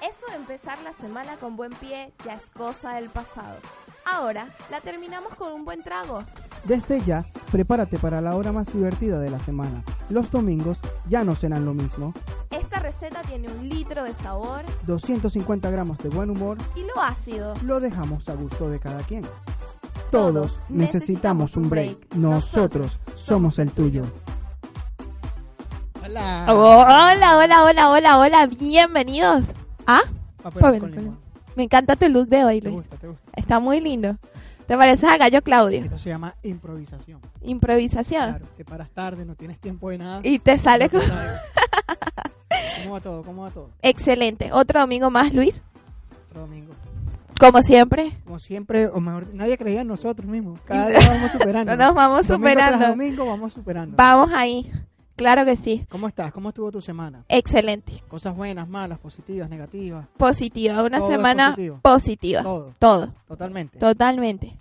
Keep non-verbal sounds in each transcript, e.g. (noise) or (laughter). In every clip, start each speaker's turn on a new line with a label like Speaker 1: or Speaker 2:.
Speaker 1: Eso de empezar la semana con buen pie ya es cosa del pasado. Ahora la terminamos con un buen trago.
Speaker 2: Desde ya, prepárate para la hora más divertida de la semana. Los domingos ya no serán lo mismo.
Speaker 1: Esta receta tiene un litro de sabor
Speaker 2: 250 gramos de buen humor
Speaker 1: y lo ácido.
Speaker 2: lo dejamos a gusto de cada quien.
Speaker 1: Todos
Speaker 2: Todos necesitamos un break. Nosotros somos el tuyo.
Speaker 3: Hola.
Speaker 1: Ah, Hola, hola, hola, hola, hola, bienvenidos. Ah,
Speaker 3: Ah, pero
Speaker 1: Pablo,
Speaker 3: con limón.
Speaker 1: me encanta tu look de hoy,
Speaker 3: Te
Speaker 1: Luis.
Speaker 3: gusta, te gusta.
Speaker 1: Está muy lindo. ¿Te pareces a Gallo Claudio?
Speaker 3: Esto se llama improvisación.
Speaker 1: Improvisación.
Speaker 3: Claro, te paras tarde, no tienes tiempo de nada.
Speaker 1: Y te sale
Speaker 3: No
Speaker 1: con...
Speaker 3: te sale. ¿Cómo va todo? ¿Cómo va todo?
Speaker 1: Excelente. Otro domingo más, Luis.
Speaker 3: Otro domingo.
Speaker 1: Como siempre.
Speaker 3: Como siempre, o mejor, nadie creía en nosotros mismos.
Speaker 1: (laughs)
Speaker 3: Cada día vamos superando.
Speaker 1: Nos vamos
Speaker 3: Domingo tras
Speaker 1: superando.
Speaker 3: domingo vamos superando.
Speaker 1: Vamos ahí. Claro que sí.
Speaker 3: ¿Cómo estás? ¿Cómo estuvo tu semana?
Speaker 1: Excelente.
Speaker 3: Cosas buenas, malas, positivas, negativas,
Speaker 1: Positiva. Una
Speaker 3: Todo es
Speaker 1: semana
Speaker 3: positivo.
Speaker 1: positiva.
Speaker 3: todo,
Speaker 1: Todo.
Speaker 3: totalmente.
Speaker 1: Totalmente.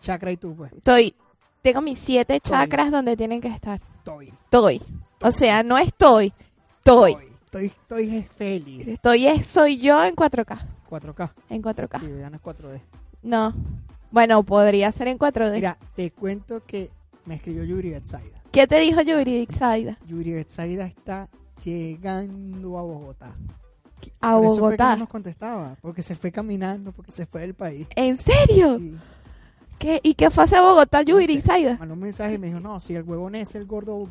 Speaker 3: Chakra y tú, pues.
Speaker 1: Estoy. Tengo mis siete
Speaker 3: Estoy.
Speaker 1: chakras donde tienen que estar.
Speaker 3: Estoy.
Speaker 1: Estoy. O sea, no estoy. Estoy.
Speaker 3: Estoy, estoy es feliz.
Speaker 1: Estoy es, soy yo en 4K.
Speaker 3: 4K.
Speaker 1: En 4K.
Speaker 3: Sí, ya no es 4D.
Speaker 1: No. Bueno, podría ser en 4D.
Speaker 3: Mira, te cuento que me escribió Yuri Betsaida.
Speaker 1: ¿Qué te dijo Yuri Dixaida?
Speaker 3: Yuri Betsaida está llegando a Bogotá.
Speaker 1: A
Speaker 3: Por eso fue que no
Speaker 1: Bogotá.
Speaker 3: nos contestaba, porque se fue caminando, porque se fue del país.
Speaker 1: ¿En serio?
Speaker 3: Sí.
Speaker 1: ¿Qué? ¿Y qué fue hacia Bogotá, Yuri
Speaker 3: No sé,
Speaker 1: Dixaida?
Speaker 3: Mandó un mensaje y me dijo, no, si el huevón ese, el gordo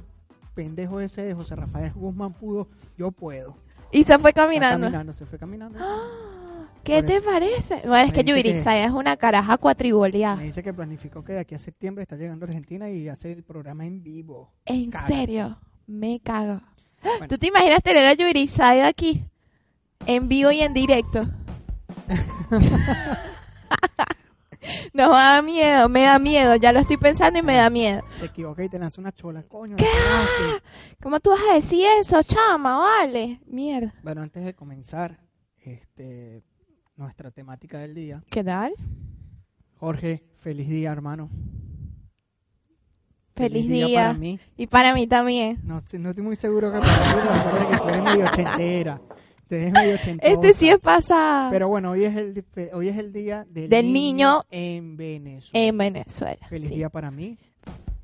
Speaker 3: pendejo ese de José Rafael Guzmán pudo, yo puedo.
Speaker 1: Y se fue
Speaker 3: Está
Speaker 1: caminando. Ah.
Speaker 3: caminando, se fue caminando.
Speaker 1: ¿Qué
Speaker 3: Por
Speaker 1: te parece? Bueno, es
Speaker 3: Me
Speaker 1: que
Speaker 3: dice
Speaker 1: Yuri
Speaker 3: que-
Speaker 1: Dixaida es una caraja cuatriboleada.
Speaker 3: Me dice que planificó que de aquí a septiembre está llegando a Argentina y hace el programa en vivo.
Speaker 1: ¿En
Speaker 3: caga.
Speaker 1: serio? Me cago.
Speaker 3: Bueno.
Speaker 1: ¿Tú te imaginas tener a Yuri Dixaida aquí? En vivo y en (laughs) directo. Nos da miedo, me da miedo. Ya lo estoy pensando y me da miedo.
Speaker 3: Te equivoca y te lanza una chola, coño. Este, la cagaste.
Speaker 1: ¿Cómo tú vas a decir eso, chama? Vale. Mierda.
Speaker 3: Bueno, antes de comenzar, este nuestra temática del día.
Speaker 1: ¿Qué tal?
Speaker 3: Jorge, feliz día, hermano.
Speaker 1: Feliz
Speaker 3: para
Speaker 1: día.
Speaker 3: mí.
Speaker 1: Y para mí también.
Speaker 3: No, estoy- no estoy muy seguro que para ti, pero recuerda que tú eres medio ochentera. Te ves medio ochentosa.
Speaker 1: Este sí es pasado
Speaker 3: Pero bueno, hoy es el, di- fe- hoy es el día del,
Speaker 1: Del niño
Speaker 3: en Venezuela.
Speaker 1: en Venezuela.
Speaker 3: feliz
Speaker 1: sí. Ah,
Speaker 3: día para mí.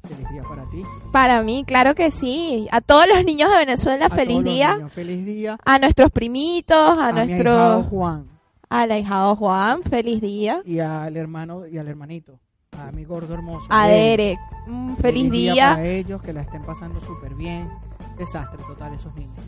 Speaker 3: Feliz día para ti.
Speaker 1: Para mí, claro que sí. A todos los niños de Venezuela,
Speaker 3: A
Speaker 1: feliz
Speaker 3: todos los
Speaker 1: día.
Speaker 3: niños, Feliz día
Speaker 1: A nuestros primitos, a,
Speaker 3: a, mi ahijado
Speaker 1: nuestro
Speaker 3: Juan
Speaker 1: al ahijado Juan, feliz día.
Speaker 3: y al hermano y al hermanito, a mi gordo hermoso.
Speaker 1: A
Speaker 3: Bien.
Speaker 1: Derek, un feliz, día.
Speaker 3: para ellos, que la estén pasando súper bien. Desastre total esos niños.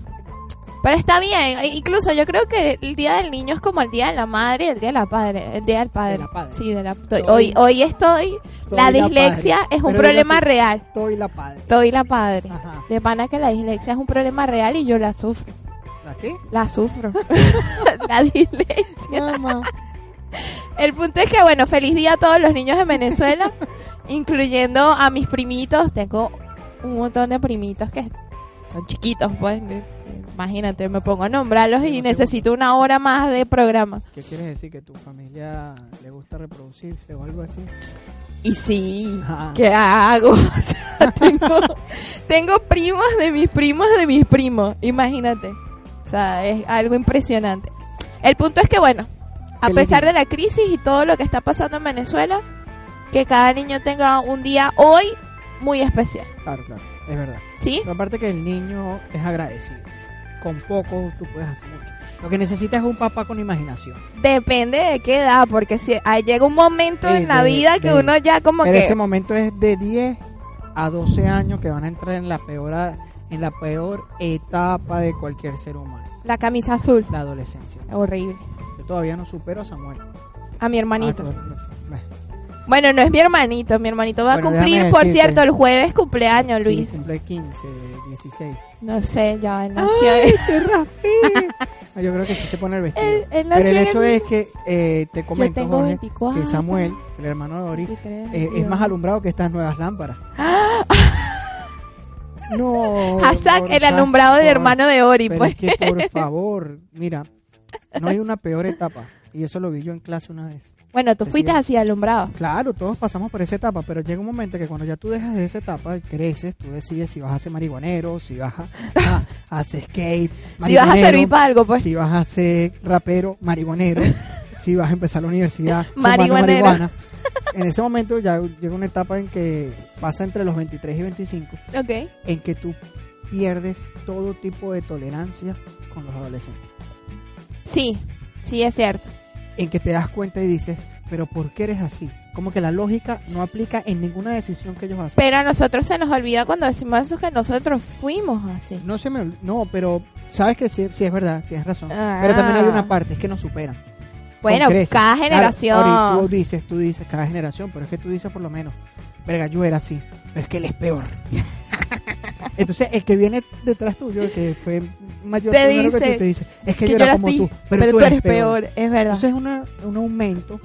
Speaker 1: Pero está bien, e- incluso yo creo que el día del niño es como el día de la madre, y el día de la padre, el día del padre.
Speaker 3: la padre.
Speaker 1: Sí, de la estoy-
Speaker 3: Estoy-
Speaker 1: hoy hoy estoy, la Ah.
Speaker 3: Estoy
Speaker 1: dislexia
Speaker 3: padre.
Speaker 1: es un
Speaker 3: Pero
Speaker 1: problema
Speaker 3: digo
Speaker 1: real.
Speaker 3: así, Estoy la padre.
Speaker 1: Estoy la padre.
Speaker 3: (laughs) Ajá.
Speaker 1: De pana que la dislexia es un problema real y yo la sufro.
Speaker 3: ¿La
Speaker 1: (laughs)
Speaker 3: qué?
Speaker 1: La sufro. la dislexia.
Speaker 3: Mamá.
Speaker 1: El punto es que, bueno, feliz día a todos los niños de Venezuela, incluyendo a mis primitos. Tengo un montón de primitos que son chiquitos, pues. me- Imagínate, me pongo a nombrarlos y
Speaker 3: Unos
Speaker 1: necesito una hora más de programa.
Speaker 3: ¿Qué quieres decir? ¿Que tu familia le gusta reproducirse o algo así?
Speaker 1: Y sí,
Speaker 3: Ajá.
Speaker 1: ¿qué hago? (laughs) O sea, tengo, tengo primos de mis primos de mis primos, imagínate. O sea, es algo impresionante. El punto es que, bueno, a
Speaker 3: Feliz
Speaker 1: pesar
Speaker 3: día.
Speaker 1: de la crisis y todo lo que está pasando en Venezuela, que cada niño tenga un día hoy muy especial,
Speaker 3: (laughs) Claro, claro. Es verdad.
Speaker 1: ¿sí?
Speaker 3: Pero aparte que el niño es agradecido. Con poco tú puedes hacer mucho. Lo que necesitas es un papá con imaginación.
Speaker 1: Depende de qué edad, porque si ah, llega un momento
Speaker 3: Sí,
Speaker 1: en la
Speaker 3: de-
Speaker 1: vida que
Speaker 3: de-
Speaker 1: uno ya como
Speaker 3: Pero
Speaker 1: que...
Speaker 3: ese momento es de 10 a 12 años que van a entrar en la peor, a- en la peor etapa de cualquier ser humano.
Speaker 1: La camisa azul,
Speaker 3: La adolescencia.
Speaker 1: horrible.
Speaker 3: Yo todavía no supero a Samuel.
Speaker 1: A mi
Speaker 3: Ah, pues.
Speaker 1: hermanito.
Speaker 3: claro, bueno.
Speaker 1: Bueno, no es mi hermanito, mi hermanito va
Speaker 3: Bueno,
Speaker 1: a cumplir,
Speaker 3: déjame
Speaker 1: por
Speaker 3: decirte.
Speaker 1: cierto, el jueves cumpleaños,
Speaker 3: Sí,
Speaker 1: Luis.
Speaker 3: cumple 15, 16.
Speaker 1: No sé, ya él
Speaker 3: Ah.
Speaker 1: nació.
Speaker 3: te raspé! (laughs) Ah, Yo creo que sí se pone el vestido.
Speaker 1: él, él nació
Speaker 3: Pero el
Speaker 1: en
Speaker 3: hecho es que eh, te
Speaker 1: Yo
Speaker 3: comento,
Speaker 1: tengo
Speaker 3: Jorge,
Speaker 1: 24.
Speaker 3: que Samuel, el hermano de Ori,
Speaker 1: 23,
Speaker 3: eh, es
Speaker 1: 22.
Speaker 3: más alumbrado que estas nuevas
Speaker 1: (gasps)
Speaker 3: lámparas. no.
Speaker 1: Hashtag
Speaker 3: por
Speaker 1: el alumbrado del
Speaker 3: favor.
Speaker 1: hermano de Ori,
Speaker 3: Pero
Speaker 1: pues.
Speaker 3: es que,
Speaker 1: (laughs)
Speaker 3: por favor, mira, no hay una peor etapa. Y eso lo vi yo en clase una vez.
Speaker 1: Bueno, tú fuiste
Speaker 3: Decía-
Speaker 1: así alumbrado.
Speaker 3: Claro, todos pasamos por esa etapa, pero llega un momento que cuando ya tú dejas de esa etapa, creces, tú decides si vas a ser marihuanero, si vas a, a- a hacer skate,
Speaker 1: Si vas a
Speaker 3: marihuanero,
Speaker 1: servir para algo, pues.
Speaker 3: si vas a ser rapero,
Speaker 1: (laughs)
Speaker 3: marihuanero, si vas a empezar la universidad, fumando
Speaker 1: Marihuanero.
Speaker 3: marihuana. En ese momento ya llega una etapa en que pasa entre los 23 y 25,
Speaker 1: Ok.
Speaker 3: en que tú pierdes todo tipo de tolerancia con los adolescentes.
Speaker 1: Sí, sí, es cierto.
Speaker 3: en que te das cuenta y dices, pero ¿por qué eres así? Como que la lógica no aplica en ninguna decisión que ellos hacen.
Speaker 1: Pero a nosotros se nos olvida cuando decimos eso que nosotros fuimos así.
Speaker 3: No se me, ol- no, pero sabes que sí, sí es verdad, tienes razón.
Speaker 1: Ah.
Speaker 3: Pero también hay una parte, es que nos superan.
Speaker 1: Bueno,
Speaker 3: Con creces.
Speaker 1: cada
Speaker 3: Claro,
Speaker 1: generación.
Speaker 3: ahorita tú dices, tú dices, cada generación, pero es que tú dices por lo menos, verga, yo era así, pero es que él es peor. (laughs) Entonces, el que viene detrás tuyo, el que fue mayor
Speaker 1: Te
Speaker 3: primero que
Speaker 1: dice
Speaker 3: tú, te dice, es que,
Speaker 1: que
Speaker 3: yo
Speaker 1: yo
Speaker 3: era
Speaker 1: era
Speaker 3: como
Speaker 1: así,
Speaker 3: tú,
Speaker 1: pero, tú eres peor, es verdad.
Speaker 3: Entonces, es una- un aumento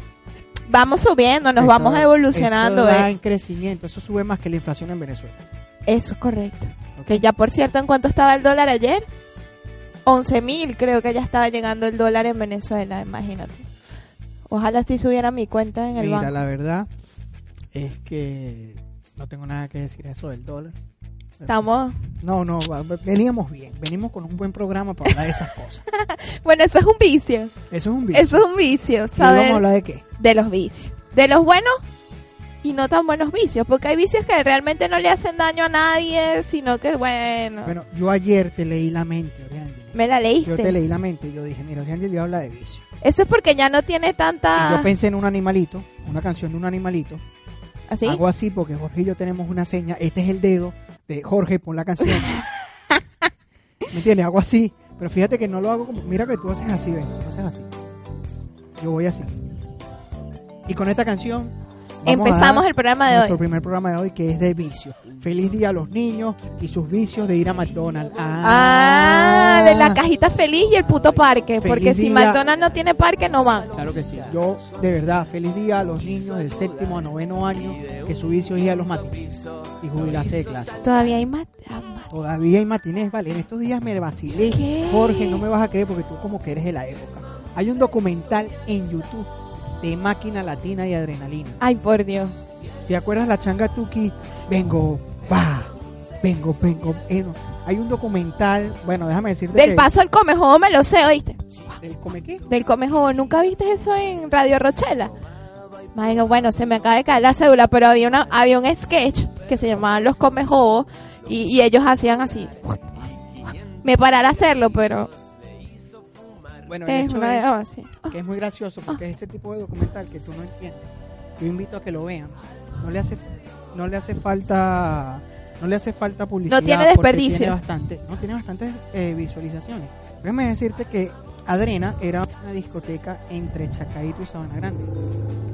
Speaker 1: vamos subiendo, nos
Speaker 3: Eso-
Speaker 1: vamos evolucionando.
Speaker 3: Eso va
Speaker 1: eh.
Speaker 3: en crecimiento, eso sube más que la inflación en Venezuela.
Speaker 1: Eso es correcto.
Speaker 3: ¿ok?
Speaker 1: Que ya, por cierto, ¿en cuánto estaba el dólar ayer? 11 mil, creo que ya estaba llegando el dólar en Venezuela, imagínate. Ojalá sí subiera mi cuenta en el
Speaker 3: Mira,
Speaker 1: banco.
Speaker 3: la verdad es que no tengo nada que decir a eso del dólar.
Speaker 1: Estamos.
Speaker 3: No, no, va- veníamos bien, venimos con un buen programa para hablar de esas cosas.
Speaker 1: Bueno, eso es un vicio.
Speaker 3: Eso es un vicio.
Speaker 1: Eso es un vicio,
Speaker 3: ¿Y vamos a
Speaker 1: saber
Speaker 3: hablar de qué?
Speaker 1: de los vicios. De los buenos y no tan buenos vicios, porque hay vicios que realmente no le hacen daño a nadie, sino que, bueno,
Speaker 3: Bueno, yo ayer te leí la mente, Oriangeli.
Speaker 1: Ah. me la
Speaker 3: Yo
Speaker 1: leíste.
Speaker 3: te leí la mente y yo dije, mira, Oriangeli habla de vicio.
Speaker 1: Eso es porque ya no tiene
Speaker 3: Y
Speaker 1: tanta...
Speaker 3: Yo pensé en un animalito, una canción de un animalito.
Speaker 1: ¿Así?
Speaker 3: Hago así porque Jorge y yo tenemos una seña. Este es el dedo de Jorge, pon
Speaker 1: (laughs)
Speaker 3: la canción. ¿Me entiendes? Hago así. Pero fíjate que no lo hago como. Mira que tú haces así, ven. Tú haces así. Yo voy así. Y con esta canción. vamos a
Speaker 1: Empezamos
Speaker 3: dar
Speaker 1: el programa de
Speaker 3: nuestro
Speaker 1: hoy.
Speaker 3: primer programa de hoy que es de vicio. Feliz día a los niños y sus vicios de ir a McDonald's.
Speaker 1: Ah, de la cajita feliz y el puto parque.
Speaker 3: Feliz
Speaker 1: porque si
Speaker 3: día.
Speaker 1: McDonald's no tiene parque, no van.
Speaker 3: Claro que sí. Yo, de verdad, feliz día a los niños del séptimo a noveno año que su vicio es ir a los matines y jubilarse de clase.
Speaker 1: Todavía hay más. ah, más.
Speaker 3: Todavía hay matinés, vale. En estos días me vacilé.
Speaker 1: ¿Qué?
Speaker 3: Jorge, no me vas a creer porque tú como que eres de la época. Hay un documental en YouTube de máquina latina y adrenalina.
Speaker 1: Ay, por Dios.
Speaker 3: ¿Te acuerdas la changa Tuki? Vengo, va, vengo, vengo. eh, no. Hay un documental, bueno, déjame decirte
Speaker 1: Del
Speaker 3: que-
Speaker 1: paso al comejobo me lo sé, ¿oíste?
Speaker 3: ¿Del come qué?
Speaker 1: Del comejobo. ¿Nunca viste eso en Radio Rochela? Marico, bueno, se me acaba de caer la cédula, pero había, una, había un sketch que se llamaba Los Comejobos y, y ellos hacían así. Me parará hacerlo, pero
Speaker 3: Bueno, el
Speaker 1: es
Speaker 3: hecho
Speaker 1: una
Speaker 3: es
Speaker 1: así.
Speaker 3: que es muy gracioso porque es ese tipo de documental que tú no entiendes. Yo invito a que lo vean. No le hace, no le hace falta, no le hace falta publicidad.
Speaker 1: No tiene
Speaker 3: porque
Speaker 1: desperdicio.
Speaker 3: Tiene bastante, no tiene bastantes eh, visualizaciones. Déjame decirte que Adrena era una discoteca entre Chacaito y Sabana Grande.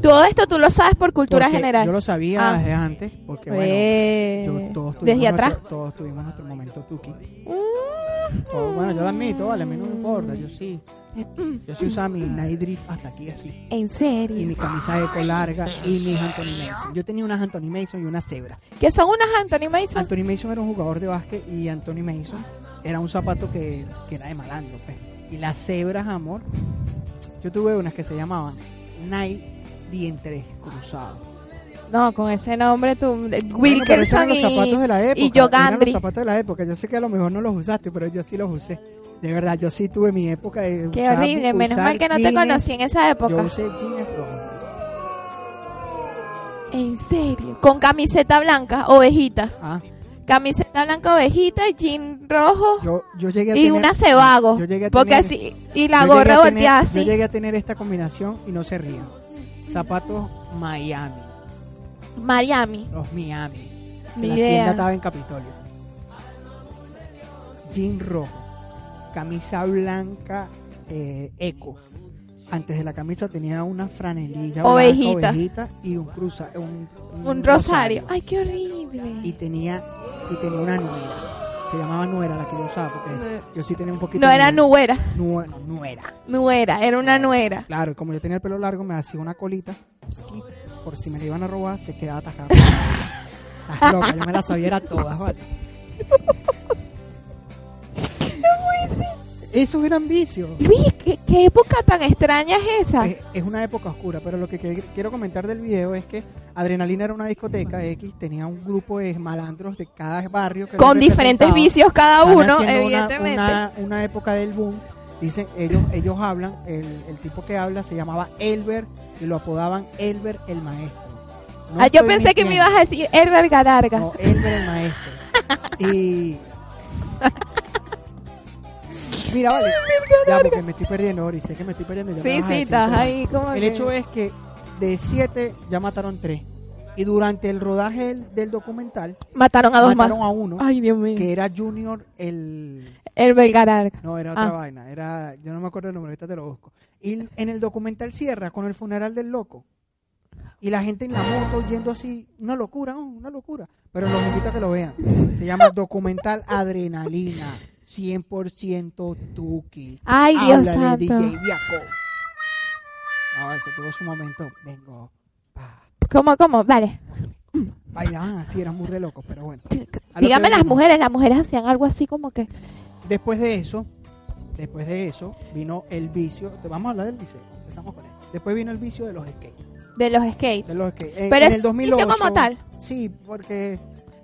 Speaker 1: Todo esto tú lo sabes por cultura
Speaker 3: Porque
Speaker 1: general.
Speaker 3: Yo lo sabía
Speaker 1: Ah.
Speaker 3: desde antes porque bueno.
Speaker 1: Eh,
Speaker 3: yo- todos tuvimos
Speaker 1: desde atrás.
Speaker 3: nuestro- todos tuvimos nuestro momento tuki. Todo- Oh, bueno, yo lo admito, vale, a mí no me importa, yo sí. Yo sí usaba mi night drift hasta aquí así
Speaker 1: En
Speaker 3: y mi
Speaker 1: serio.
Speaker 3: camisa de eco larga y mis Anthony Mason. Yo tenía unas Anthony Mason y unas
Speaker 1: (laughs)
Speaker 3: cebras.
Speaker 1: Que son unas Anthony Mason.
Speaker 3: Anthony Mason era un jugador de básquet y Anthony Mason era un zapato que, que era de malandro. pues. Y las cebras, amor, yo tuve unas que se llamaban Night Vientres Cruzados.
Speaker 1: No, con ese nombre tú. eh,
Speaker 3: Bueno, pero esos
Speaker 1: Wilkerson
Speaker 3: eran los zapatos de la
Speaker 1: y,
Speaker 3: época.
Speaker 1: y yo
Speaker 3: eran los
Speaker 1: Gandri.
Speaker 3: zapatos de la época. Yo sé que a lo mejor no los usaste, pero yo sí los usé. De verdad, yo sí tuve mi época de
Speaker 1: Qué
Speaker 3: usar-
Speaker 1: horrible. Menos
Speaker 3: usar
Speaker 1: mal que no te
Speaker 3: jeans.
Speaker 1: conocí en esa
Speaker 3: Yo
Speaker 1: época.
Speaker 3: usé jeans rojos.
Speaker 1: En serio. Con camiseta blanca, ovejita.
Speaker 3: Ah,
Speaker 1: Camiseta blanca, ovejita, jean rojo
Speaker 3: yo, yo llegué a
Speaker 1: y
Speaker 3: tener-
Speaker 1: una cebago.
Speaker 3: Yo llegué a
Speaker 1: Porque
Speaker 3: tener-
Speaker 1: así. Y la
Speaker 3: Yo llegué
Speaker 1: gorra
Speaker 3: a tener-
Speaker 1: volteada
Speaker 3: Yo
Speaker 1: así.
Speaker 3: llegué a tener esta combinación y no se rían. Zapatos Miami,
Speaker 1: Miami.
Speaker 3: los Miami. que
Speaker 1: Ni
Speaker 3: la tienda
Speaker 1: idea.
Speaker 3: estaba en Capitolio. Jean rojo, camisa blanca eh, eco, Antes de la camisa tenía una franelilla,
Speaker 1: Ovejita.
Speaker 3: blanca, ovejita y un cruza, un,
Speaker 1: Un rosario. Ay, qué horrible.
Speaker 3: Y tenía, y tenía una nuera. Se llamaba nuera la que yo usaba, porque
Speaker 1: No.
Speaker 3: yo sí tenía un poquito
Speaker 1: No
Speaker 3: de
Speaker 1: era nuera.
Speaker 3: Nu- no, nuera.
Speaker 1: Nuera, era una nuera.
Speaker 3: Claro, y como yo tenía el pelo largo, me hacía una colita y por si me la iban a robar, se
Speaker 1: (laughs)
Speaker 3: quedaba atajada. Estás loca, yo me la sabía era todas, ¿vale? Esos eran vicios.
Speaker 1: Vi, ¿qué, qué época tan extraña es esa?
Speaker 3: Es, es una época oscura, pero lo que, que- quiero comentar del video es que Adrenalina era una discoteca X, tenía un grupo de malandros de cada barrio. Que
Speaker 1: Con
Speaker 3: los
Speaker 1: diferentes
Speaker 3: representaba.
Speaker 1: vicios cada
Speaker 3: Están
Speaker 1: uno,
Speaker 3: haciendo una-
Speaker 1: evidentemente.
Speaker 3: Una, una época del boom. Dicen, ellos, ellos hablan, el, el tipo que habla se llamaba Elber y lo apodaban Elber el maestro. No
Speaker 1: Ah, yo
Speaker 3: estoy
Speaker 1: pensé que me
Speaker 3: mintiendo.
Speaker 1: ibas a decir Herbert Galarga.
Speaker 3: No, Elber el maestro. Y. Mira, vale. Ya, porque me estoy perdiendo ahora y sé que me estoy perdiendo. ya me
Speaker 1: sí,
Speaker 3: vas a
Speaker 1: sí,
Speaker 3: decir,
Speaker 1: estás
Speaker 3: pero-
Speaker 1: ahí como
Speaker 3: el
Speaker 1: que-
Speaker 3: hecho es que de siete ya mataron tres. Y durante el rodaje del, del documental
Speaker 1: Mataron a dos
Speaker 3: mataron
Speaker 1: más.
Speaker 3: a uno
Speaker 1: Ay, Dios mío.
Speaker 3: que era Junior el
Speaker 1: Herbert Galarga.
Speaker 3: no, era otra
Speaker 1: Ah.
Speaker 3: vaina, era yo no me acuerdo el nombre, ahorita te lo busco. Y l- en el documental cierra con el funeral del loco. Y la gente en la moto yendo así, una locura, ¿no? una locura. Pero los invito a que lo vean. Se
Speaker 1: (laughs)
Speaker 3: llama documental Adrenalina, 100% Tuki.
Speaker 1: Ay, Dios
Speaker 3: Habla de
Speaker 1: santo.
Speaker 3: DJ Viaco. Ahora se tuvo su momento, vengo. pa.
Speaker 1: ¿Cómo, cómo? Vale.
Speaker 3: Bailaban así, eran muy de locos, pero bueno. que
Speaker 1: Dígame las
Speaker 3: venimos.
Speaker 1: mujeres. Las mujeres hacían algo así como que...
Speaker 3: Después de eso, después de eso, vino el vicio. Te vamos a hablar del liceo. Empezamos con él. Después vino el vicio de los skates.
Speaker 1: De los skates.
Speaker 3: De los skates. En,
Speaker 1: Pero
Speaker 3: en
Speaker 1: es
Speaker 3: el 2008,
Speaker 1: vicio como tal.
Speaker 3: Sí, porque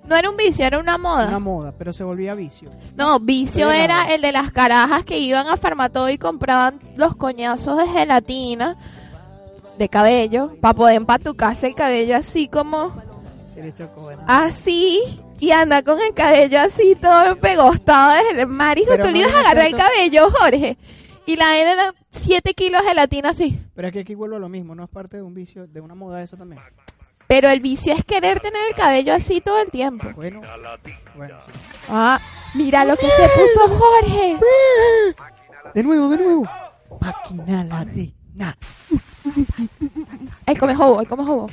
Speaker 1: No era un vicio, era una moda.
Speaker 3: una moda, pero se volvía vicio.
Speaker 1: No, vicio
Speaker 3: Pero
Speaker 1: era
Speaker 3: nada.
Speaker 1: el de las carajas que iban a Farmatodo y compraban los coñazos de gelatina de cabello para poder empatucarse el cabello así como
Speaker 3: Se le chocó. ¿verdad?
Speaker 1: Ah. así y andar con el cabello así todo pegostado desde el marico.
Speaker 3: Pero
Speaker 1: tú le
Speaker 3: no
Speaker 1: ibas a
Speaker 3: era
Speaker 1: agarrar el
Speaker 3: tanto-
Speaker 1: cabello, Jorge. Y la era eran 7 kilos de gelatina así.
Speaker 3: Pero es que aquí vuelvo a lo mismo. No es parte de un vicio, de una moda eso también.
Speaker 1: Pero el vicio es querer tener el cabello así todo el tiempo.
Speaker 3: Bueno, bueno. sí.
Speaker 1: Ah, mira lo que se puso Jorge.
Speaker 3: De nuevo, de nuevo. Máquina latina.
Speaker 1: El come jobo, el come jobo.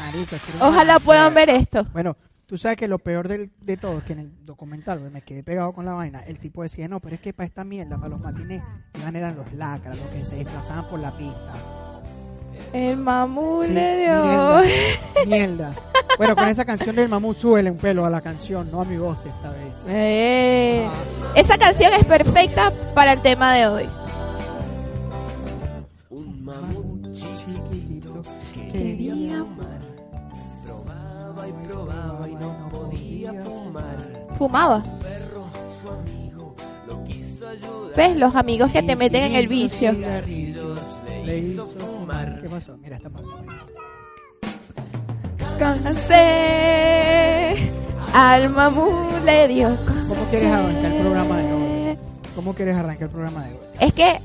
Speaker 3: Marico, así era una
Speaker 1: Ojalá
Speaker 3: máquina.
Speaker 1: puedan ver esto.
Speaker 3: Bueno, tú sabes que lo peor del- de todo es que en el documental, güey, me quedé pegado con la vaina, el tipo decía, no, pero es que para esta mierda, para los matines, iban eran los lacras, los que se desplazaban por la pista.
Speaker 1: El mamule
Speaker 3: Sí,
Speaker 1: de
Speaker 3: mierda,
Speaker 1: hoy.
Speaker 3: mierda. Bueno, con esa canción del mamú, súbele un pelo a la canción, no a mi voz esta vez.
Speaker 1: Eh.
Speaker 3: Ah.
Speaker 1: Esa canción es perfecta para el tema de hoy.
Speaker 4: Un
Speaker 3: Mamut
Speaker 4: mamut
Speaker 3: chiquitito
Speaker 4: chiquitito
Speaker 3: quería
Speaker 4: quería
Speaker 3: fumar.
Speaker 4: fumar. Probaba y probaba y no podía fumar.
Speaker 1: Fumaba.
Speaker 4: Perro, su amigo, lo quiso ayudar.
Speaker 1: ¿Ves? Los amigos que te meten en el vicio.
Speaker 4: Cigarrillos le hizo fumar.
Speaker 3: ¿Qué pasó? Mira, está pasando.
Speaker 1: Cansé. Al mamule Dios.
Speaker 3: ¿Cómo quieres arrancar el programa de hoy? ¿Cómo quieres arrancar el programa de hoy?
Speaker 1: Es que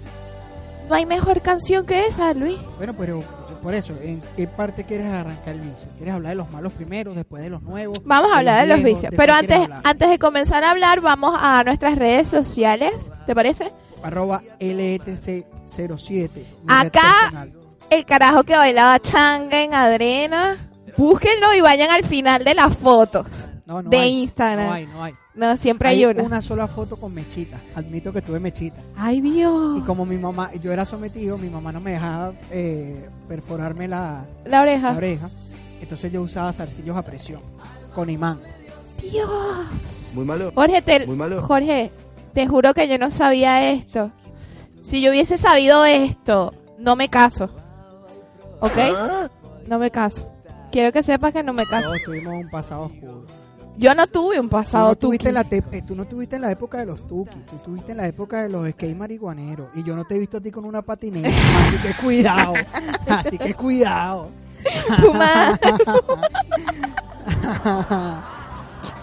Speaker 1: no hay mejor canción que esa, Luis.
Speaker 3: Bueno, pero por eso, ¿en qué parte quieres arrancar el vicio? ¿Quieres hablar de los malos primeros, después de los nuevos?
Speaker 1: Vamos a hablar de los
Speaker 3: viejos?
Speaker 1: vicios.
Speaker 3: ¿De
Speaker 1: Pero
Speaker 3: qué quieres
Speaker 1: antes,
Speaker 3: hablar?
Speaker 1: antes de comenzar a hablar, vamos a nuestras redes sociales. ¿Te parece?
Speaker 3: Arroba E LETC07. mi red
Speaker 1: Acá-
Speaker 3: personal.
Speaker 1: el carajo que bailaba changa en Adrena. Búsquenlo y vayan al final de las fotos.
Speaker 3: No, no
Speaker 1: de
Speaker 3: hay,
Speaker 1: Instagram.
Speaker 3: No hay, no hay.
Speaker 1: No, siempre hay, una.
Speaker 3: sola foto con mechita. Admito que tuve mechita.
Speaker 1: Ay,
Speaker 3: Y
Speaker 1: Dios.
Speaker 3: como mi mamá, yo era sometido, mi mamá no me dejaba eh, perforarme la,
Speaker 1: La
Speaker 3: la
Speaker 1: oreja.
Speaker 3: oreja. Entonces yo usaba zarcillos a presión con imán.
Speaker 1: Dios.
Speaker 4: Muy malo.
Speaker 1: Jorge, te,
Speaker 4: Muy malo.
Speaker 1: Jorge, te juro que yo no sabía esto. Si yo hubiese sabido esto, no me caso. ¿Ok? No me caso. Quiero que sepas que no me caso.
Speaker 3: Todos tuvimos un pasado oscuro.
Speaker 1: Yo no tuve un
Speaker 3: Tú no,
Speaker 1: pasado
Speaker 3: tuviste
Speaker 1: tuki.
Speaker 3: la te- eh, tú no tuviste en la época de los tuki, tú tuviste en la época de los skate marihuaneros. Y yo no te he visto a ti con
Speaker 1: (laughs)
Speaker 3: una patineta. así que cuidado. Así
Speaker 1: (laughs)
Speaker 3: que cuidado.
Speaker 1: Fumar.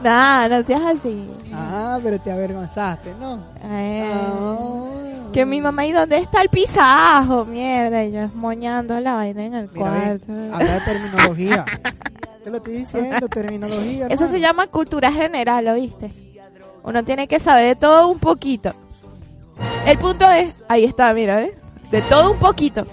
Speaker 1: Nah, no seas así.
Speaker 3: ah, pero te avergonzaste, ¿no?
Speaker 1: Ay.
Speaker 3: Ah.
Speaker 1: Que mi mamá, ¿y dónde está el pisajo? Mierda, y yo moñando la vaina en el
Speaker 3: Mira, ve,
Speaker 1: cuarto.
Speaker 3: habla de
Speaker 1: (laughs)
Speaker 3: terminología. Te lo estoy diciendo, terminología.
Speaker 1: Eso se
Speaker 3: hermano.
Speaker 1: llama cultura general, ¿oíste? Uno tiene que saber de todo un poquito. El punto es, ahí está, mira, ¿eh? De todo un poquito.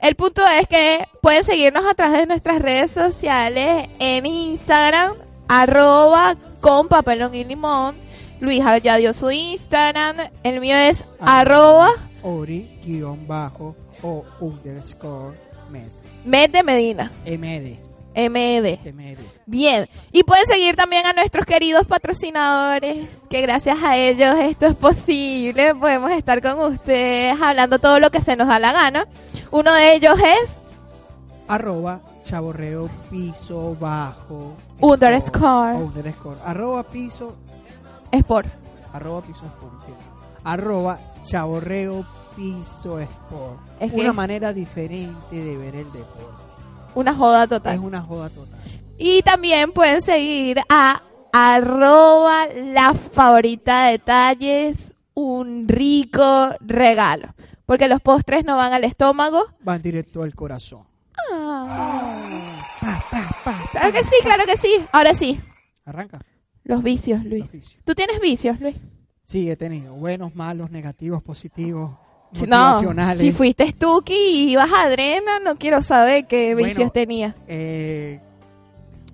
Speaker 1: El punto es que pueden seguirnos a través de nuestras redes sociales en Instagram, arroba con papelón y limón. Luis ya dio su Instagram, el mío es
Speaker 3: Ah.
Speaker 1: arroba
Speaker 3: Ori, guión bajo, o underscore, med.
Speaker 1: med de Medina,
Speaker 3: MD.
Speaker 1: MD.
Speaker 3: MD.
Speaker 1: Bien, y pueden seguir también a nuestros queridos patrocinadores, que gracias a ellos esto es posible, podemos estar con ustedes hablando todo lo que se nos da la gana. Uno de ellos es
Speaker 3: Arroba, chaborreo, piso, bajo.
Speaker 1: Underscore.
Speaker 3: Underscore. Arroba, piso,
Speaker 1: Sport.
Speaker 3: Arroba piso sport. entiendo. Arroba chaborreo piso sport.
Speaker 1: Es que-
Speaker 3: una manera diferente de ver el deporte.
Speaker 1: Una joda total.
Speaker 3: Es una joda total.
Speaker 1: Y también pueden seguir a arroba la favorita detalles, un rico regalo. Porque los postres no van al estómago.
Speaker 3: Van directo al corazón.
Speaker 1: Ah.
Speaker 3: Pa, pa, pa.
Speaker 1: Claro que sí, claro que sí. Ahora sí,
Speaker 3: Arranca.
Speaker 1: los vicios,
Speaker 3: el
Speaker 1: Luis.
Speaker 3: oficio.
Speaker 1: ¿Tú tienes vicios, Luis?
Speaker 3: Sí, he tenido buenos, malos, negativos, positivos,
Speaker 1: Si No,
Speaker 3: motivacionales.
Speaker 1: si fuiste Stucky y ibas a Adrena, no quiero saber qué
Speaker 3: Bueno.
Speaker 1: vicios tenía.
Speaker 3: Eh,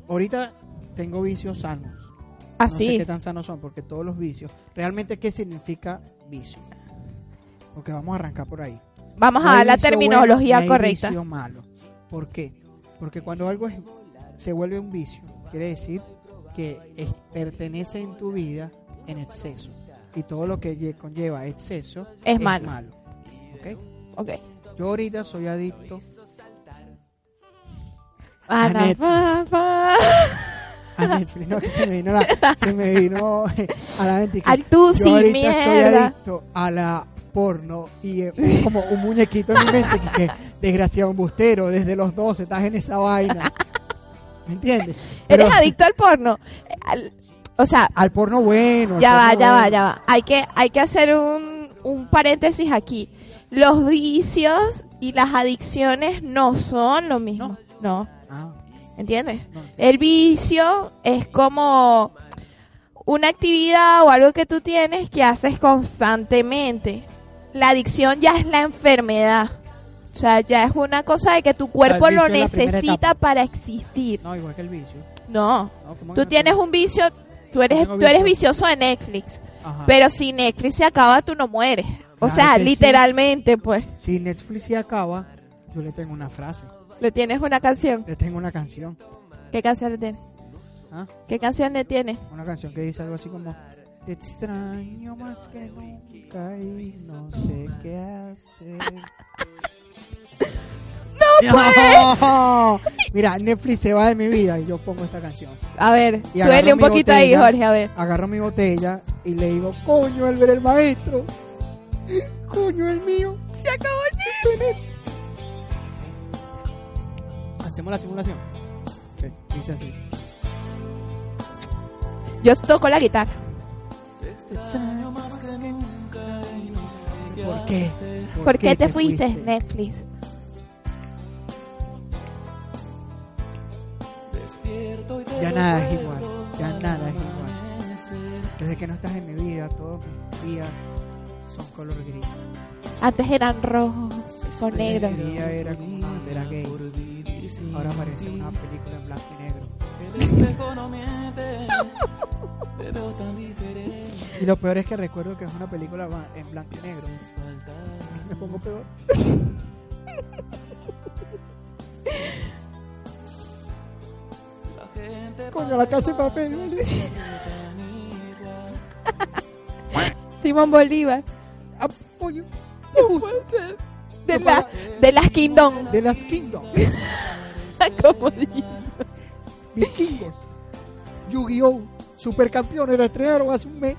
Speaker 3: ahorita tengo vicios sanos. No sé
Speaker 1: Así.
Speaker 3: qué tan sanos son, porque todos los vicios. Realmente, ¿qué significa vicio? Porque vamos a arrancar por ahí.
Speaker 1: Vamos
Speaker 3: No
Speaker 1: a
Speaker 3: hay
Speaker 1: la
Speaker 3: vicio
Speaker 1: terminología
Speaker 3: bueno, ni hay
Speaker 1: correcta.
Speaker 3: vicio malo. ¿Por qué? Porque cuando algo es- se vuelve un vicio, quiere decir que es- pertenece en tu vida en exceso. Y todo lo que lle- conlleva exceso
Speaker 1: Es malo.
Speaker 3: ¿Ok?
Speaker 1: Ok.
Speaker 3: Yo ahorita soy adicto
Speaker 1: Ah, no.
Speaker 3: Netflix.
Speaker 1: Pa,
Speaker 3: (laughs)
Speaker 1: pa.
Speaker 3: a Netflix. (laughs) No, que se me vino, la- se me vino (laughs) a la mente. que
Speaker 1: Al tú
Speaker 3: yo
Speaker 1: sin
Speaker 3: ahorita soy
Speaker 1: mierda.
Speaker 3: adicto a la porno y eh,
Speaker 1: (laughs)
Speaker 3: es como un muñequito en mi mente que, que, desgraciado embustero, desde los 12 estás en esa vaina. ¿Me entiendes? Pero
Speaker 1: Eres adicto al porno. Eh, al- o sea,
Speaker 3: al porno bueno. al
Speaker 1: ya va,
Speaker 3: porno
Speaker 1: ya va,
Speaker 3: bueno.
Speaker 1: ya va. Hay que, hay que hacer un, un paréntesis aquí. Los vicios y las adicciones no son lo mismo. No.
Speaker 3: Ah,
Speaker 1: ¿Entiendes?
Speaker 3: no,
Speaker 1: El vicio es como una actividad o algo que tú tienes que haces constantemente. La adicción ya es la enfermedad. O sea, ya es una cosa de que tu cuerpo
Speaker 3: el
Speaker 1: lo
Speaker 3: vicio es la primera
Speaker 1: necesita
Speaker 3: etapa.
Speaker 1: para existir.
Speaker 3: no, igual que el vicio.
Speaker 1: No,
Speaker 3: No, ¿cómo que
Speaker 1: tú
Speaker 3: no?
Speaker 1: tienes un vicio, tú eres,
Speaker 3: tengo
Speaker 1: tú eres
Speaker 3: vicio.
Speaker 1: vicioso de Netflix,
Speaker 3: Ajá.
Speaker 1: pero si Netflix se acaba, tú no mueres. O
Speaker 3: Claro
Speaker 1: sea,
Speaker 3: que sí.
Speaker 1: literalmente, pues,
Speaker 3: Si Netflix se acaba, yo le tengo una frase,
Speaker 1: le tienes una canción.
Speaker 3: le tengo una canción.
Speaker 1: ¿Qué canción le tienes?
Speaker 3: ¿ah?
Speaker 1: ¿Qué canción le tienes?
Speaker 3: Una canción que dice algo así como Te extraño más que nunca y no sé qué hacer. (laughs) ¡No, Mira, Netflix se va de mi vida y yo pongo esta canción.
Speaker 1: A ver,
Speaker 3: Y agarro
Speaker 1: suele un
Speaker 3: mi
Speaker 1: poquito ahí,
Speaker 3: botella.
Speaker 1: Jorge, a ver.
Speaker 3: Agarro mi botella y le digo, coño, el ver el maestro. Coño, el mío.
Speaker 1: Se acabó el
Speaker 3: Hacemos la simulación. Ok, dice así.
Speaker 1: Yo toco la guitarra.
Speaker 3: Te extraño más que nunca y no sé ¿Por qué?
Speaker 1: ¿Por, qué te, fuiste, Netflix?
Speaker 3: Ya nada es igual, ya nada es igual. Desde que no estás en mi vida, todos mis días son color gris.
Speaker 1: Antes eran rojos o negros.
Speaker 3: Mi vida era como una bandera gay. Ahora parece una película en blanco y negro. Y lo peor es que recuerdo que es una película ba- en blanco y negro. Me pongo peor. Coño, la casa de papel, ¿vale?
Speaker 1: Simón Bolívar.
Speaker 3: Apoyo
Speaker 1: De, la, de las Kingdom. (laughs)
Speaker 3: de las ¿eh? Kingdom.
Speaker 1: Como dije.
Speaker 3: Vikingos, Yu-Gi-Oh! Supercampeones, la estrenaron hace un mes.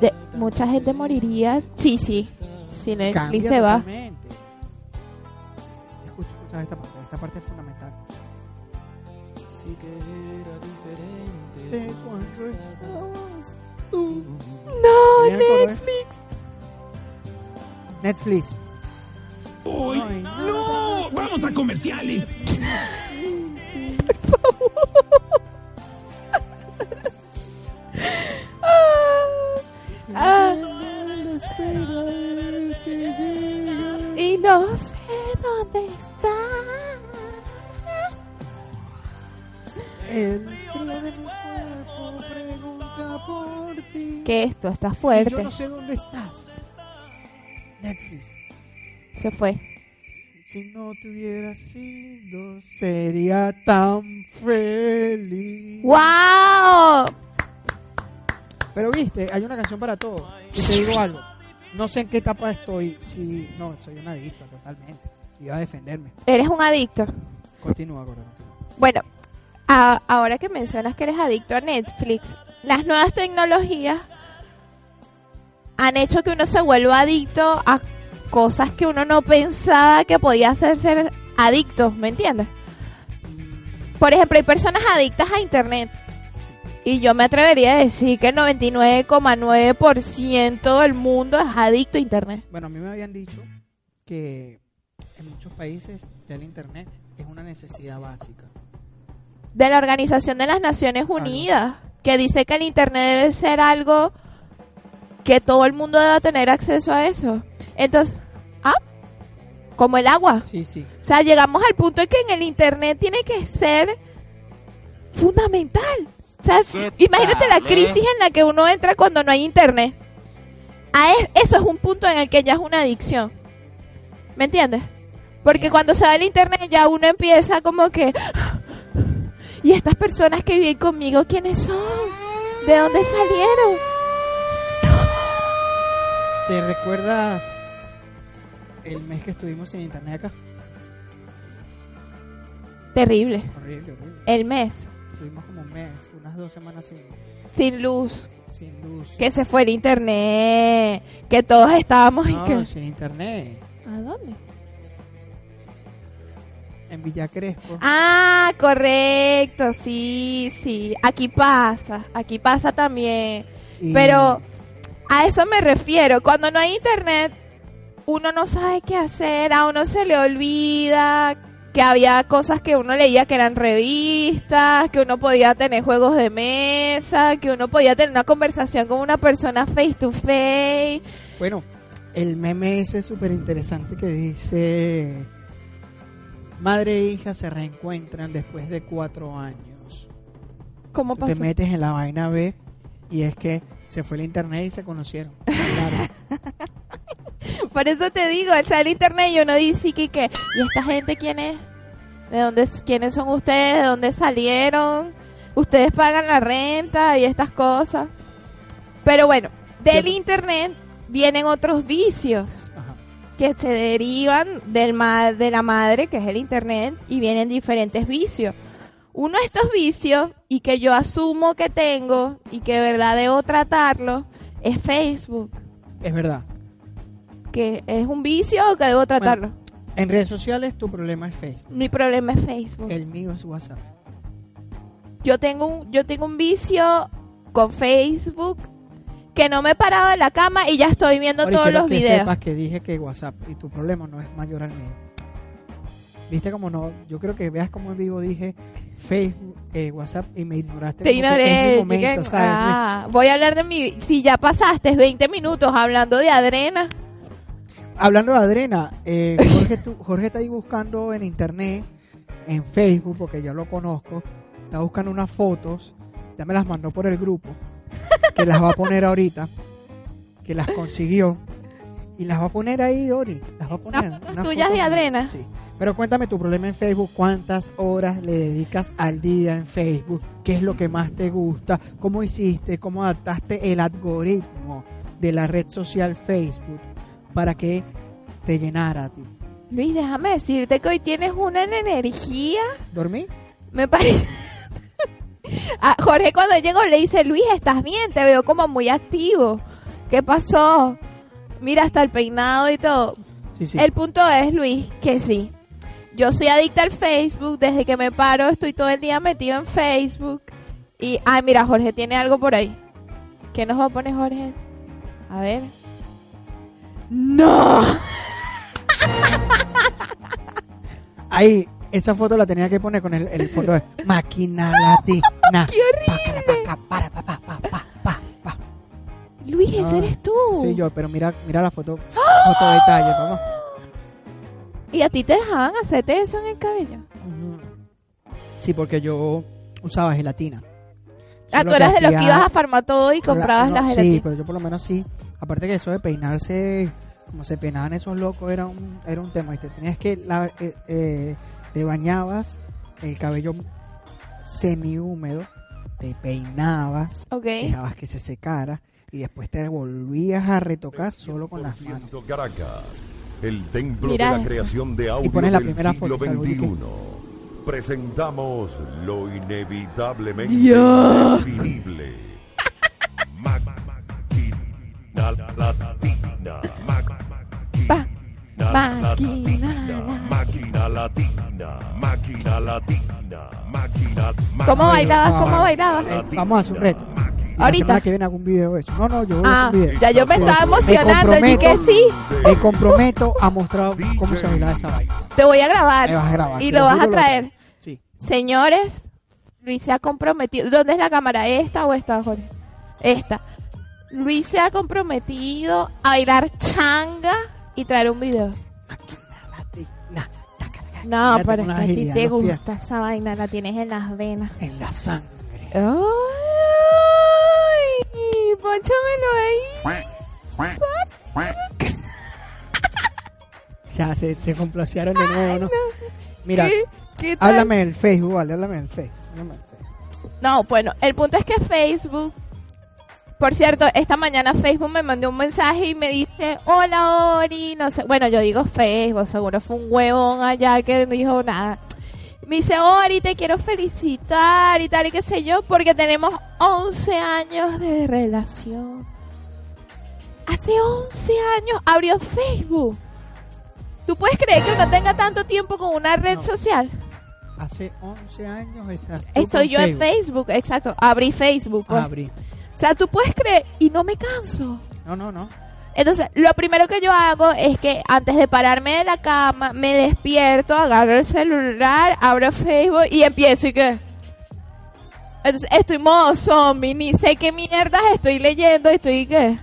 Speaker 1: De- mucha gente moriría. Sí, sí. Si Netflix
Speaker 3: Cambia
Speaker 1: se Eh, va.
Speaker 3: totalmente. Escucha, escucha esta parte, esta parte es fundamental. De cuando estabas tú.
Speaker 1: No,
Speaker 3: Mira el coro, ¿eh?
Speaker 1: Netflix.
Speaker 3: Netflix.
Speaker 5: Hoy,
Speaker 3: No hay nada
Speaker 5: no,
Speaker 3: más
Speaker 5: vamos a comerciales.
Speaker 1: Ah. Y no sé dónde está.
Speaker 3: El frío de mi cuerpo pregunta por ti.
Speaker 1: Que esto está
Speaker 3: Y Yo
Speaker 1: fuerte.
Speaker 3: no sé dónde estás. Netflix.
Speaker 1: Se fue.
Speaker 3: Si no te hubiera sido, sería tan feliz.
Speaker 1: ¡Wow!
Speaker 3: Pero viste, hay una canción para todo. Y te digo algo. No sé en qué etapa estoy. Si no, soy una adicta totalmente. Iba a defenderme.
Speaker 1: Eres un adicto.
Speaker 3: Continúa, Corona.
Speaker 1: Bueno, a- ahora que mencionas que eres adicto a Netflix, las nuevas tecnologías han hecho que uno se vuelva adicto a cosas que uno no pensaba que podía hacerse adicto, ¿me entiendes?
Speaker 3: Mm,
Speaker 1: Por ejemplo, hay personas adictas a Internet. Y yo me atrevería a decir que el 99,9% del mundo es adicto a Internet.
Speaker 3: Bueno, a mí me habían dicho que en muchos países ya el internet es una necesidad básica.
Speaker 1: de la Organización de las Naciones Unidas, que dice que el Internet debe ser algo que todo el mundo deba tener acceso a eso. Entonces, ah, como el agua.
Speaker 3: Sí, sí.
Speaker 1: O sea, llegamos al punto en que en el Internet tiene que ser fundamental. O sea, si- imagínate la crisis en la que uno entra cuando no hay Internet. A e- eso es un punto en el que ya es una adicción. ¿Me entiendes? Porque cuando se va el Internet ya uno empieza como que... ¿Y estas personas que viven conmigo quiénes son? ¿De dónde salieron?
Speaker 3: ¿Te recuerdas el mes que estuvimos sin internet acá?
Speaker 1: Terrible.
Speaker 3: Horrible, horrible.
Speaker 1: El mes.
Speaker 3: Estuvimos como un mes, unas dos semanas sin,
Speaker 1: Sin luz.
Speaker 3: sin luz.
Speaker 1: Que se fue el Internet. Que todos estábamos... y
Speaker 3: No,
Speaker 1: que-
Speaker 3: sin internet.
Speaker 1: ¿A dónde?
Speaker 3: En Villa Crespo.
Speaker 1: Ah, correcto, sí, sí. Aquí pasa, aquí pasa también.
Speaker 3: Y-
Speaker 1: Pero a eso me refiero. Cuando no hay internet, uno no sabe qué hacer, a uno se le olvida que había cosas que uno leía que eran revistas, que uno podía tener juegos de mesa, que uno podía tener una conversación con una persona face to face.
Speaker 3: Bueno, el meme ese es súper interesante que dice: Madre e hija se reencuentran después de cuatro años.
Speaker 1: ¿Cómo
Speaker 3: Tú te
Speaker 1: pasó?
Speaker 3: metes en la vaina a ver y es que se fue el internet y
Speaker 1: (laughs)
Speaker 3: se conocieron. se hablaron.
Speaker 1: Por eso te digo, al salir internet y uno dice que, que ¿y esta gente quién es? ¿De dónde s- quiénes son ustedes? ¿De dónde salieron? ¿Ustedes pagan la renta y estas cosas? Pero bueno, del internet vienen otros vicios
Speaker 3: Ajá.
Speaker 1: que se derivan del ma- de la madre, que es el internet, y vienen diferentes vicios. Uno de estos vicios, y que yo asumo que tengo, y que de verdad debo tratarlo, es Facebook,
Speaker 3: Es verdad.
Speaker 1: que es un vicio o que debo tratarlo.
Speaker 3: En redes sociales tu problema es Facebook.
Speaker 1: Mi problema es Facebook.
Speaker 3: El mío es WhatsApp.
Speaker 1: Yo tengo un, yo tengo un vicio con Facebook que no me he parado de la cama y ya estoy viendo
Speaker 3: Ahora, y
Speaker 1: todos
Speaker 3: quiero
Speaker 1: los
Speaker 3: que
Speaker 1: videos.
Speaker 3: sepas que dije que WhatsApp y tu problema no es mayor al mío. Viste como no, yo creo que veas como en vivo dije Facebook, eh, WhatsApp y me ignoraste.
Speaker 1: Te
Speaker 3: como que
Speaker 1: ignoré,
Speaker 3: es mi
Speaker 1: chiquen.
Speaker 3: momento, ¿sabes?
Speaker 1: Ah, voy a hablar de mi si ya pasaste 20 minutos hablando de adrena.
Speaker 3: Hablando de Adrena, eh, Jorge, tú- Jorge está ahí buscando en internet, en Facebook, porque yo lo conozco, está buscando unas fotos, ya me las mandó por el grupo, que las va a poner ahorita, que las consiguió, y las va a poner ahí, Ori, las va a poner.
Speaker 1: Las fotos
Speaker 3: unas
Speaker 1: tuyas de Adrena.
Speaker 3: Sí, pero cuéntame tu problema en Facebook, cuántas horas le dedicas al día en Facebook, qué es lo que más te gusta, cómo hiciste, cómo adaptaste el algoritmo de la red social Facebook para que te llenara a ti.
Speaker 1: Luis, déjame decirte que hoy tienes una energía,
Speaker 3: ¿Dormí?
Speaker 1: me parece. (laughs) Ah, Jorge cuando llegó le dice, "Luis, ¿estás bien? Te veo como muy activo. ¿Qué pasó?" Mira hasta el peinado y todo.
Speaker 3: Sí, sí.
Speaker 1: El punto es, Luis, que sí. Yo soy adicta al Facebook. Desde que me paro, estoy todo el día metido en Facebook. Y, ay, mira, Jorge tiene algo por ahí. ¿Qué nos va a poner Jorge? A ver. ¡No!
Speaker 3: Ahí, esa foto la tenía que poner con el, el fondo de
Speaker 1: (laughs)
Speaker 3: máquina latina.
Speaker 1: ¡Qué horrible!
Speaker 3: Paca, para, pa, pa, pa, pa, pa, pa.
Speaker 1: Luis, ese
Speaker 3: Ah,
Speaker 1: eres tú. (gasps)
Speaker 3: Sí, yo, pero mira, mira la foto, foto detalle, vamos.
Speaker 1: ¿Y a ti te dejaban hacerte eso en el cabello?
Speaker 3: Ujú. Sí, porque yo usaba gelatina.
Speaker 1: Ah,
Speaker 3: Eso
Speaker 1: tú eras de los que
Speaker 3: hacía-
Speaker 1: ibas a Farmatodo y comprabas
Speaker 3: la-
Speaker 1: las
Speaker 3: no, Sí,
Speaker 1: gelatinas.
Speaker 3: pero yo por lo menos sí. Aparte que eso de peinarse, como se peinaban esos locos, era un, era un tema. Y te tenías que, la- eh, eh, te bañabas, el cabello semi-húmedo, te peinabas,
Speaker 1: Ok.
Speaker 3: dejabas que se secara y después te volvías a retocar solo con las manos.
Speaker 5: Caracas, el templo
Speaker 1: Mira
Speaker 5: de la
Speaker 1: eso.
Speaker 5: creación de audio
Speaker 3: pones la
Speaker 5: del
Speaker 3: primera
Speaker 5: siglo
Speaker 3: foto, algo de que-
Speaker 5: XXI. Presentamos lo inevitablemente
Speaker 1: Dios.
Speaker 5: indefinible. Máquina latina.
Speaker 1: Pa-
Speaker 5: Máquina
Speaker 1: Máquina
Speaker 5: latina. Máquina latina. Máquina latina. Máquina
Speaker 1: ¿Cómo bailabas?
Speaker 3: Ah,
Speaker 1: ¿Cómo bailabas?
Speaker 3: Eh, vamos a hacer un reto. Y La
Speaker 1: Ahorita.
Speaker 3: semana que viene algún video de eso. No, no, yo voy a
Speaker 1: Ah,
Speaker 3: hacer un video.
Speaker 1: ya yo me estaba emocionando.
Speaker 3: Me
Speaker 1: Y que
Speaker 3: comprometo.
Speaker 1: sí,
Speaker 3: Me comprometo a mostrar cómo se bailaba esa vaina.
Speaker 1: te voy a
Speaker 3: Me vas
Speaker 1: grabar.
Speaker 3: a grabar.
Speaker 1: Y
Speaker 3: te
Speaker 1: lo vas a
Speaker 3: juro,
Speaker 1: traer.
Speaker 3: Sí.
Speaker 1: Señores, Luis se ha comprometido. ¿Dónde es la cámara? ¿Esta o esta, Jorge? Esta. Luis se ha comprometido a bailar changa y traer un video.
Speaker 3: Máquina latina, taca, taca.
Speaker 1: No,
Speaker 3: Fíjate,
Speaker 1: pero es
Speaker 3: una
Speaker 1: que a ti
Speaker 3: agilidad
Speaker 1: te
Speaker 3: en los pies,
Speaker 1: gusta esa vaina, la tienes en las venas.
Speaker 3: En la sangre.
Speaker 1: ¡Ay! ¡Pónchamelo ahí!
Speaker 3: Ya se, se complacieron de nuevo, ¿no? Mira,
Speaker 1: ¿Qué- qué tal?
Speaker 3: háblame del Facebook, vale, háblame del Facebook. háblame del Facebook.
Speaker 1: No, bueno, el punto es que Facebook. Por cierto, esta mañana Facebook me mandó un mensaje y me dice: Hola, Ori. No sé. Bueno, yo digo Facebook, seguro fue un huevón allá que no dijo nada. Me dice: Ori, te quiero felicitar y tal y qué sé yo, porque tenemos 11 años de relación. Hace 11 años abrió Facebook. ¿Tú puedes creer que uno tenga tanto tiempo con una red
Speaker 3: No.
Speaker 1: social?
Speaker 3: Hace 11 años estás tú
Speaker 1: Estoy
Speaker 3: con
Speaker 1: yo en Facebook, exacto. Abrí Facebook. pues.
Speaker 3: Abrí.
Speaker 1: O sea, tú puedes creer y no me canso.
Speaker 3: No, no, no.
Speaker 1: Entonces, lo primero que yo hago es que antes de pararme de la cama, me despierto, agarro el celular, abro Facebook y empiezo y qué. Entonces, estoy modo zombie, ni sé qué mierdas estoy leyendo, estoy qué.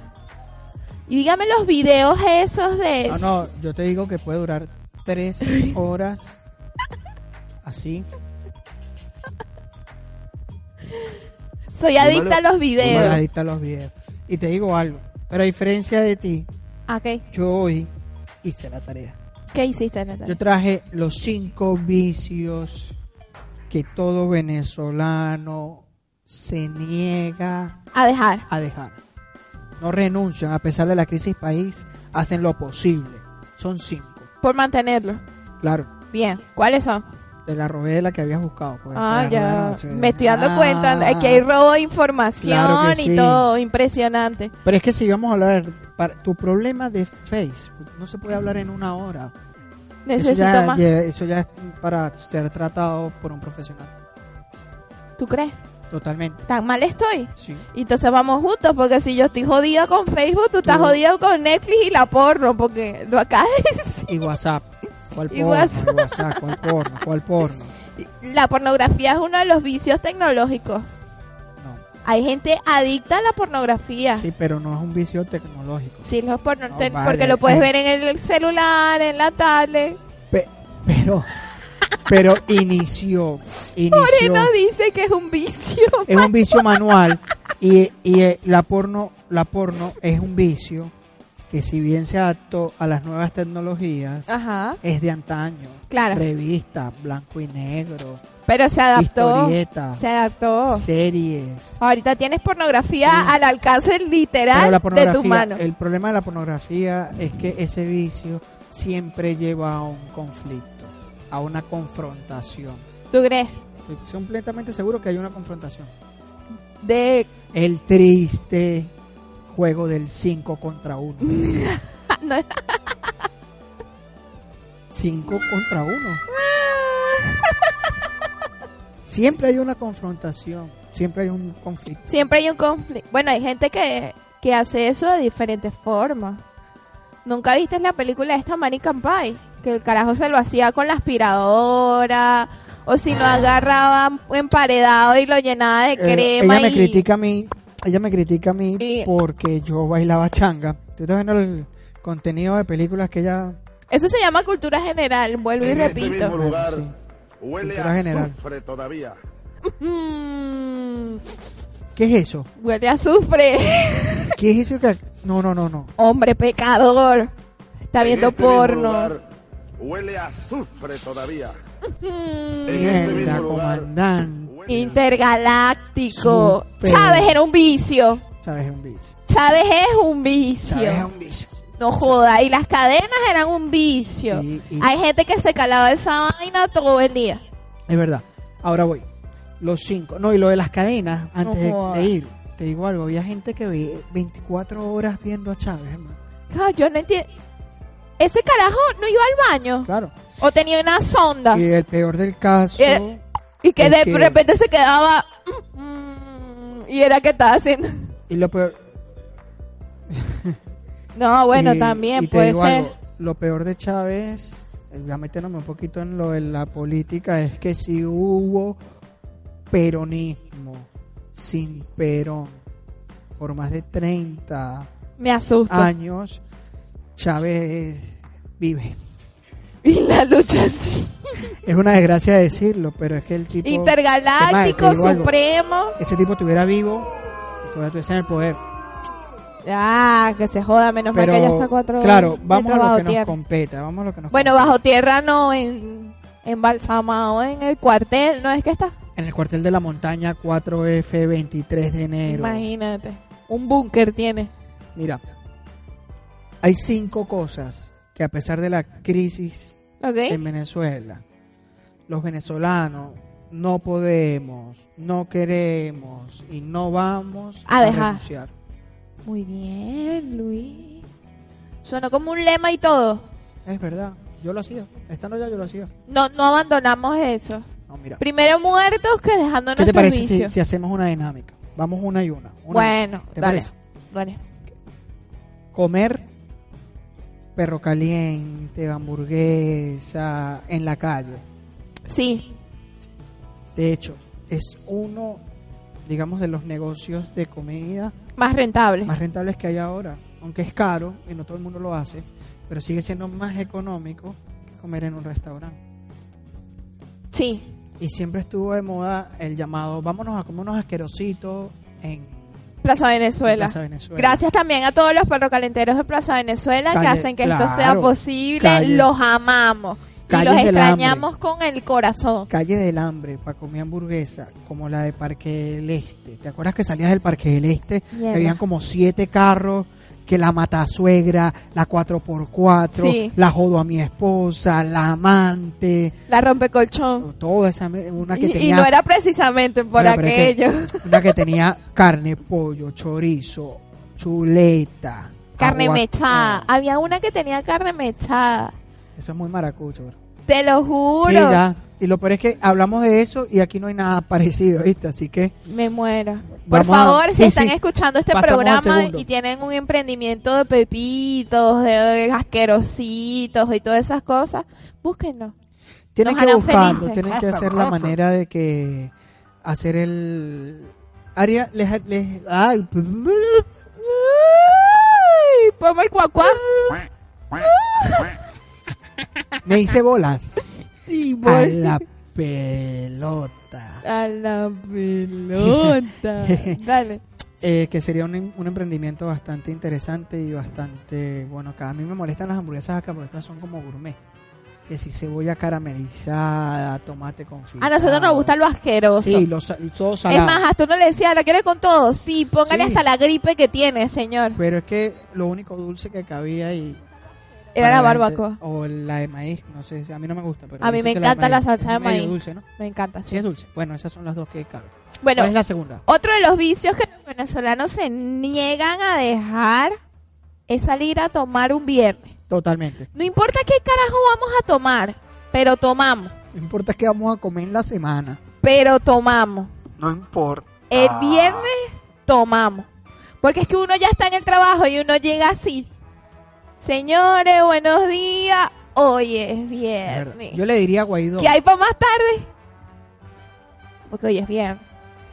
Speaker 1: Y dígame los videos esos de...
Speaker 3: No, Ah, no, yo te digo que puede durar 3 horas
Speaker 1: (laughs)
Speaker 3: así.
Speaker 1: Soy adicta a los videos.
Speaker 3: Adicta a los videos. Y te digo algo, pero a diferencia de ti,
Speaker 1: Ok,
Speaker 3: yo hoy hice la tarea.
Speaker 1: ¿qué hiciste, Natalia?
Speaker 3: Yo traje los cinco vicios que todo venezolano se niega
Speaker 1: A dejar.
Speaker 3: a dejar. No renuncian a pesar de la crisis país, hacen lo posible. Son cinco.
Speaker 1: Por mantenerlo.
Speaker 3: Claro,
Speaker 1: Bien. ¿Cuáles son?
Speaker 3: te la robé de la que habías buscado. pues,
Speaker 1: Ah,
Speaker 3: te la robé de
Speaker 1: ya.
Speaker 3: la- sí.
Speaker 1: Me estoy dando
Speaker 3: Ah.
Speaker 1: cuenta. Aquí hay robo de información
Speaker 3: Claro que sí.
Speaker 1: y todo. Impresionante.
Speaker 3: Pero es que si vamos a hablar para tu problema de Facebook, no se puede hablar en una hora.
Speaker 1: Necesito
Speaker 3: eso ya,
Speaker 1: más.
Speaker 3: ya- eso ya es para ser tratado por un profesional.
Speaker 1: ¿Tú crees?
Speaker 3: Totalmente.
Speaker 1: ¿Tan mal estoy?
Speaker 3: Sí.
Speaker 1: Entonces vamos juntos, porque si yo estoy jodida con Facebook, tú estás
Speaker 3: Tú.
Speaker 1: jodido con Netflix y la porno, porque lo acá
Speaker 3: Y WhatsApp. ¿Cuál
Speaker 1: Y
Speaker 3: porno?
Speaker 1: WhatsApp.
Speaker 3: ¿Cuál WhatsApp? ¿Cuál porno? ¿Cuál porno?
Speaker 1: la pornografía es uno de los vicios tecnológicos.
Speaker 3: No.
Speaker 1: Hay gente adicta a la pornografía. Sí.
Speaker 3: Sí, pero no es un vicio tecnológico.
Speaker 1: los porno-
Speaker 3: No,
Speaker 1: te-
Speaker 3: vale.
Speaker 1: porque lo puedes
Speaker 3: Eh.
Speaker 1: ver en el celular, en la tablet.
Speaker 3: Pe- pero, pero inició. inició
Speaker 1: Moreno dice que es un
Speaker 3: (laughs)
Speaker 1: vicio.
Speaker 3: es un vicio manual. Y, y eh, la porno, la porno es un vicio que si bien se adaptó a las nuevas tecnologías,
Speaker 1: Ajá,
Speaker 3: es de antaño.
Speaker 1: claro.
Speaker 3: Revistas, blanco y negro,
Speaker 1: Pero se adaptó.
Speaker 3: historietas,
Speaker 1: Se adaptó.
Speaker 3: series.
Speaker 1: Ahorita tienes pornografía
Speaker 3: Sí.
Speaker 1: al alcance
Speaker 3: Pero
Speaker 1: literal de
Speaker 3: la
Speaker 1: tu
Speaker 3: pornografía-
Speaker 1: mano.
Speaker 3: El problema de la pornografía es que ese vicio siempre lleva a un conflicto, a una confrontación.
Speaker 1: ¿Tú crees?
Speaker 3: Estoy completamente seguro que hay una confrontación.
Speaker 1: De... (laughs)
Speaker 3: El triste juego del 5 contra 1.
Speaker 1: No,
Speaker 3: 5 contra 1.
Speaker 1: (laughs)
Speaker 3: Siempre hay una confrontación, siempre hay un conflicto.
Speaker 1: siempre hay un conflicto. Bueno, hay gente que, que hace eso de diferentes formas. ¿Nunca viste la película de esta American Pie? Que el carajo se lo hacía con la aspiradora. O si no agarraba emparedado y lo llenaba de
Speaker 3: Ah. Eh,
Speaker 1: crema.
Speaker 3: ella me
Speaker 1: y...
Speaker 3: critica a mí, ella me critica a mí
Speaker 1: Y-
Speaker 3: porque yo bailaba changa. Tú estás viendo el contenido de películas que ella Eh,
Speaker 1: Eso se llama cultura general, vuelvo y
Speaker 6: en este mismo
Speaker 1: repito.
Speaker 6: lugar
Speaker 3: Bueno,
Speaker 6: huele
Speaker 3: Cultura
Speaker 6: a
Speaker 3: general.
Speaker 6: azufre todavía.
Speaker 1: Mm,
Speaker 3: ¿Qué es eso?
Speaker 1: huele a azufre. (laughs)
Speaker 3: ¿Qué es eso que.? No, no, no, no.
Speaker 1: Hombre pecador. Está
Speaker 6: En
Speaker 1: viendo
Speaker 6: este mismo
Speaker 1: porno.
Speaker 6: lugar huele a azufre todavía.
Speaker 1: Mm.
Speaker 6: En este
Speaker 3: Mierda,
Speaker 6: mismo lugar
Speaker 3: comandante.
Speaker 6: huele a-
Speaker 1: Intergaláctico.
Speaker 3: Súper.
Speaker 1: Chávez era un vicio.
Speaker 3: Sabes, es un vicio.
Speaker 1: Chávez es un
Speaker 3: Sabes, es
Speaker 1: vicio.
Speaker 3: un vicio.
Speaker 1: No joda. Y las cadenas eran un vicio.
Speaker 3: Y- y-
Speaker 1: Hay gente que se calaba esa vaina todo el día.
Speaker 3: Es verdad. Ahora voy. Los cinco. No, y lo de las cadenas, antes de-
Speaker 1: jodas.
Speaker 3: de, ir, te digo algo. Había gente que ve 24 horas viendo a Chávez, hermano.
Speaker 1: Ah, yo no entiendo. Ese carajo no iba al baño.
Speaker 3: Claro.
Speaker 1: O tenía una sonda.
Speaker 3: Y el peor del caso.
Speaker 1: Eh, Y que
Speaker 3: Eh, Es
Speaker 1: de
Speaker 3: que-
Speaker 1: repente se quedaba. mm, mm, y era que estaba haciendo. (laughs)
Speaker 3: Y lo peor.
Speaker 1: No, bueno,
Speaker 3: y-
Speaker 1: también
Speaker 3: Eh, y te
Speaker 1: puede
Speaker 3: digo
Speaker 1: ser.
Speaker 3: algo, Lo peor de Chávez, eh, ya metiéndome un poquito en lo de la política, es que sí hubo peronismo sin Perón por más de 30
Speaker 1: Me asusta.
Speaker 3: años. Chávez vive.
Speaker 1: (laughs) Y la lucha así.
Speaker 3: Es una desgracia decirlo, pero es que el tipo.
Speaker 1: Intergaláctico,
Speaker 3: Te digo algo.
Speaker 1: supremo.
Speaker 3: Ese tipo estuviera vivo, todavía estuviese en el poder.
Speaker 1: Ah, que se joda, menos
Speaker 3: Pero,
Speaker 1: mal que ya está cuatro
Speaker 3: claro,
Speaker 1: metros
Speaker 3: vamos a lo
Speaker 1: bajo
Speaker 3: que nos
Speaker 1: tierra.
Speaker 3: compete. Vamos a lo que nos
Speaker 1: Bueno,
Speaker 3: compete.
Speaker 1: bajo tierra no, en, en Balsamao, en el cuartel, ¿no es que está?
Speaker 3: En el cuartel de la montaña 4F, 23 de enero.
Speaker 1: Imagínate. Un búnker tiene.
Speaker 3: Mira, hay cinco cosas que a pesar de la crisis en
Speaker 1: ¿Ok?
Speaker 3: Venezuela, los venezolanos no podemos, no queremos y no vamos
Speaker 1: A
Speaker 3: a,
Speaker 1: dejar.
Speaker 3: renunciar.
Speaker 1: Muy bien, Luis. Sonó como un lema y todo.
Speaker 3: Es verdad, yo lo hacía. Estando ya yo lo hacía.
Speaker 1: No, no abandonamos eso.
Speaker 3: No, mira.
Speaker 1: Primero muertos que dejando
Speaker 3: ¿Qué te
Speaker 1: nuestro
Speaker 3: parece si,
Speaker 1: vicio.
Speaker 3: si hacemos una dinámica? Vamos una y una. una.
Speaker 1: bueno,
Speaker 3: ¿Te
Speaker 1: dale,
Speaker 3: parece?
Speaker 1: dale.
Speaker 3: Comer perro caliente, hamburguesa, en la calle.
Speaker 1: Sí,
Speaker 3: De hecho, es uno, digamos, de los negocios de comida
Speaker 1: más rentable.
Speaker 3: más rentables que hay ahora. Aunque es caro y no todo el mundo lo hace, pero sigue siendo más económico que comer en un restaurante.
Speaker 1: Sí,
Speaker 3: Y siempre estuvo de moda el llamado, vámonos a comer unos asquerositos en
Speaker 1: Plaza Venezuela.
Speaker 3: Plaza Venezuela.
Speaker 1: Gracias también a todos los perrocalenteros de Plaza Venezuela que
Speaker 3: Calle-
Speaker 1: hacen que esto
Speaker 3: claro.
Speaker 1: sea posible.
Speaker 3: Calle-
Speaker 1: los amamos y
Speaker 3: Calles
Speaker 1: los
Speaker 3: del
Speaker 1: extrañamos con el corazón.
Speaker 3: Calle del Hambre para comer hamburguesa, como la de Parque del Este. ¿Te acuerdas que salías del Parque del Este?
Speaker 1: Mierda.
Speaker 3: Habían como siete carros, que la matasuegra, la 4x4,
Speaker 1: Sí.
Speaker 3: la jodo a mi esposa, la amante,
Speaker 1: La rompecolchón.
Speaker 3: toda esa me- una que
Speaker 1: Y, y
Speaker 3: tenía
Speaker 1: no era precisamente por
Speaker 3: Bueno, pero es que-
Speaker 1: aquello.
Speaker 3: una que tenía carne, pollo, chorizo, chuleta,
Speaker 1: Carne
Speaker 3: aguacate. Ah.
Speaker 1: mechada. Había una que tenía carne mechada.
Speaker 3: Eso es muy maracucho, bro.
Speaker 1: Te lo
Speaker 3: Sí,
Speaker 1: juro.
Speaker 3: ya. Y lo peor es que hablamos de eso y aquí no hay nada (laughs) parecido, ¿viste? Así que
Speaker 1: Me muero. Por
Speaker 3: Vamos a-
Speaker 1: favor, si
Speaker 3: sí,
Speaker 1: están
Speaker 3: sí.
Speaker 1: escuchando este
Speaker 3: Pasamos al
Speaker 1: programa
Speaker 3: segundo.
Speaker 1: y tienen un emprendimiento de pepitos, de, de asquerositos y todas esas cosas, búsquenlo.
Speaker 3: Tienen
Speaker 1: Nos
Speaker 3: que
Speaker 1: harán
Speaker 3: buscarlo,
Speaker 1: felices.
Speaker 3: tienen que
Speaker 1: Eso,
Speaker 3: hacer la
Speaker 1: eso.
Speaker 3: manera de que hacer el área les, les ay, (laughs)
Speaker 1: Ay, Ponme el cuacuá.
Speaker 3: me hice bolas
Speaker 1: Y
Speaker 3: a
Speaker 1: voy
Speaker 3: la pelota.
Speaker 1: a la
Speaker 3: (laughs)
Speaker 1: pelota. Dale.
Speaker 3: Eh, que sería un, em- un emprendimiento bastante interesante y bastante bueno acá. A mí me molestan las hamburguesas acá porque estas son como gourmet. Que si cebolla caramelizada, tomate confitado.
Speaker 1: A nosotros nos gusta lo asqueroso.
Speaker 3: Sí, los sa- todo
Speaker 1: es
Speaker 3: salado.
Speaker 1: más, hasta uno le decía, ¿la quiere con todo? Sí, póngale
Speaker 3: Sí.
Speaker 1: hasta la gripe que tiene, señor.
Speaker 3: Pero es que lo único dulce que cabía y
Speaker 1: Era la
Speaker 3: Para gente-
Speaker 1: barbacoa.
Speaker 3: O la de maíz, no sé, si- a mí no me gusta. Pero
Speaker 1: A mí
Speaker 3: dicen
Speaker 1: me
Speaker 3: que
Speaker 1: encanta la
Speaker 3: maíz
Speaker 1: salsa
Speaker 3: es
Speaker 1: de
Speaker 3: medio
Speaker 1: maíz.
Speaker 3: dulce, ¿no?
Speaker 1: Me encanta. sí.
Speaker 3: Sí, es dulce. Bueno, esas son las dos que caben.
Speaker 1: Bueno,
Speaker 3: ¿Cuál es la segunda?
Speaker 1: Otro de los vicios que los venezolanos se niegan a dejar es salir a tomar un viernes.
Speaker 3: Totalmente.
Speaker 1: No importa qué carajo vamos a tomar, pero tomamos,
Speaker 3: No importa que vamos a comer en la semana.
Speaker 1: pero tomamos.
Speaker 3: No importa.
Speaker 1: El viernes tomamos. Porque es que uno ya está en el trabajo y uno llega así. Señores, buenos días. Hoy es viernes.
Speaker 3: Yo le diría a Guaidó.
Speaker 1: Eh, ¿Qué hay para más tarde? Porque hoy es viernes.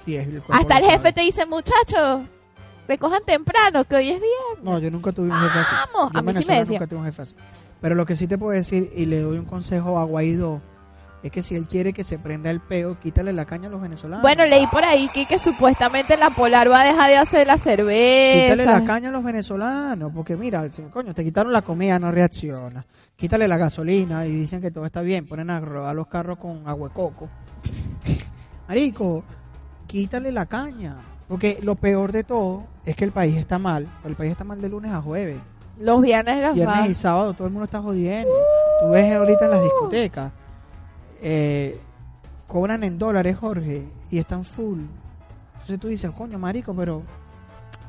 Speaker 3: Sí, Pues es el cuerpo
Speaker 1: Hasta el
Speaker 3: lo sabe.
Speaker 1: jefe te dice, muchachos, recojan temprano, que hoy es viernes.
Speaker 3: No, yo nunca tuve un jefe así.
Speaker 1: Vamos, a
Speaker 3: Yo en
Speaker 1: mí sí me
Speaker 3: Venezuela
Speaker 1: decía.
Speaker 3: nunca tuve un jefe así. Pero lo que sí te puedo decir, y le doy un consejo a Guaidó, es que si él quiere que se prenda el peo, quítale la caña a los venezolanos.
Speaker 1: Bueno, leí por ahí que, que supuestamente la polar va a dejar de hacer la cerveza.
Speaker 3: Quítale la caña a los venezolanos, porque mira, si, coño, te quitaron la comida, no reacciona. Quítale la gasolina y dicen que todo está bien, ponen a rodar los carros con agua de coco. (laughs) Marico, quítale la caña, porque lo peor de todo es que el país está mal, el país está mal de lunes a jueves.
Speaker 1: Los viernes las
Speaker 3: Viernes y sábado todo el mundo está jodiendo. Tú ves ahorita en las discotecas, eh, cobran en dólares, Jorge, y están full. Entonces tú dices, coño, marico, pero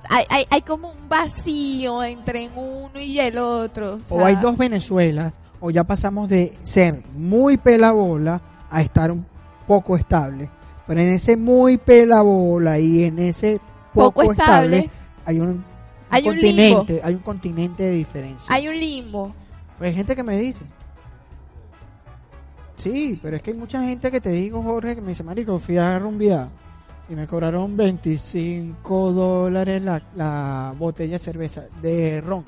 Speaker 1: hay, hay, hay como un vacío entre uno y el otro. O,
Speaker 3: o
Speaker 1: sea,
Speaker 3: hay dos Venezuelas, o ya pasamos de ser muy pelabola a estar un poco estable. Pero en ese muy pelabola y en ese poco,
Speaker 1: Poco
Speaker 3: estable,
Speaker 1: estable,
Speaker 3: hay un, un
Speaker 1: hay un
Speaker 3: continente, hay un continente de diferencia.
Speaker 1: Hay un limbo.
Speaker 3: Pero hay gente que me dice. Sí, pero es que hay mucha gente que te digo, Jorge, que me dice, marico, fui a rumbear y me cobraron 25 dólares la, la botella de cerveza de ron.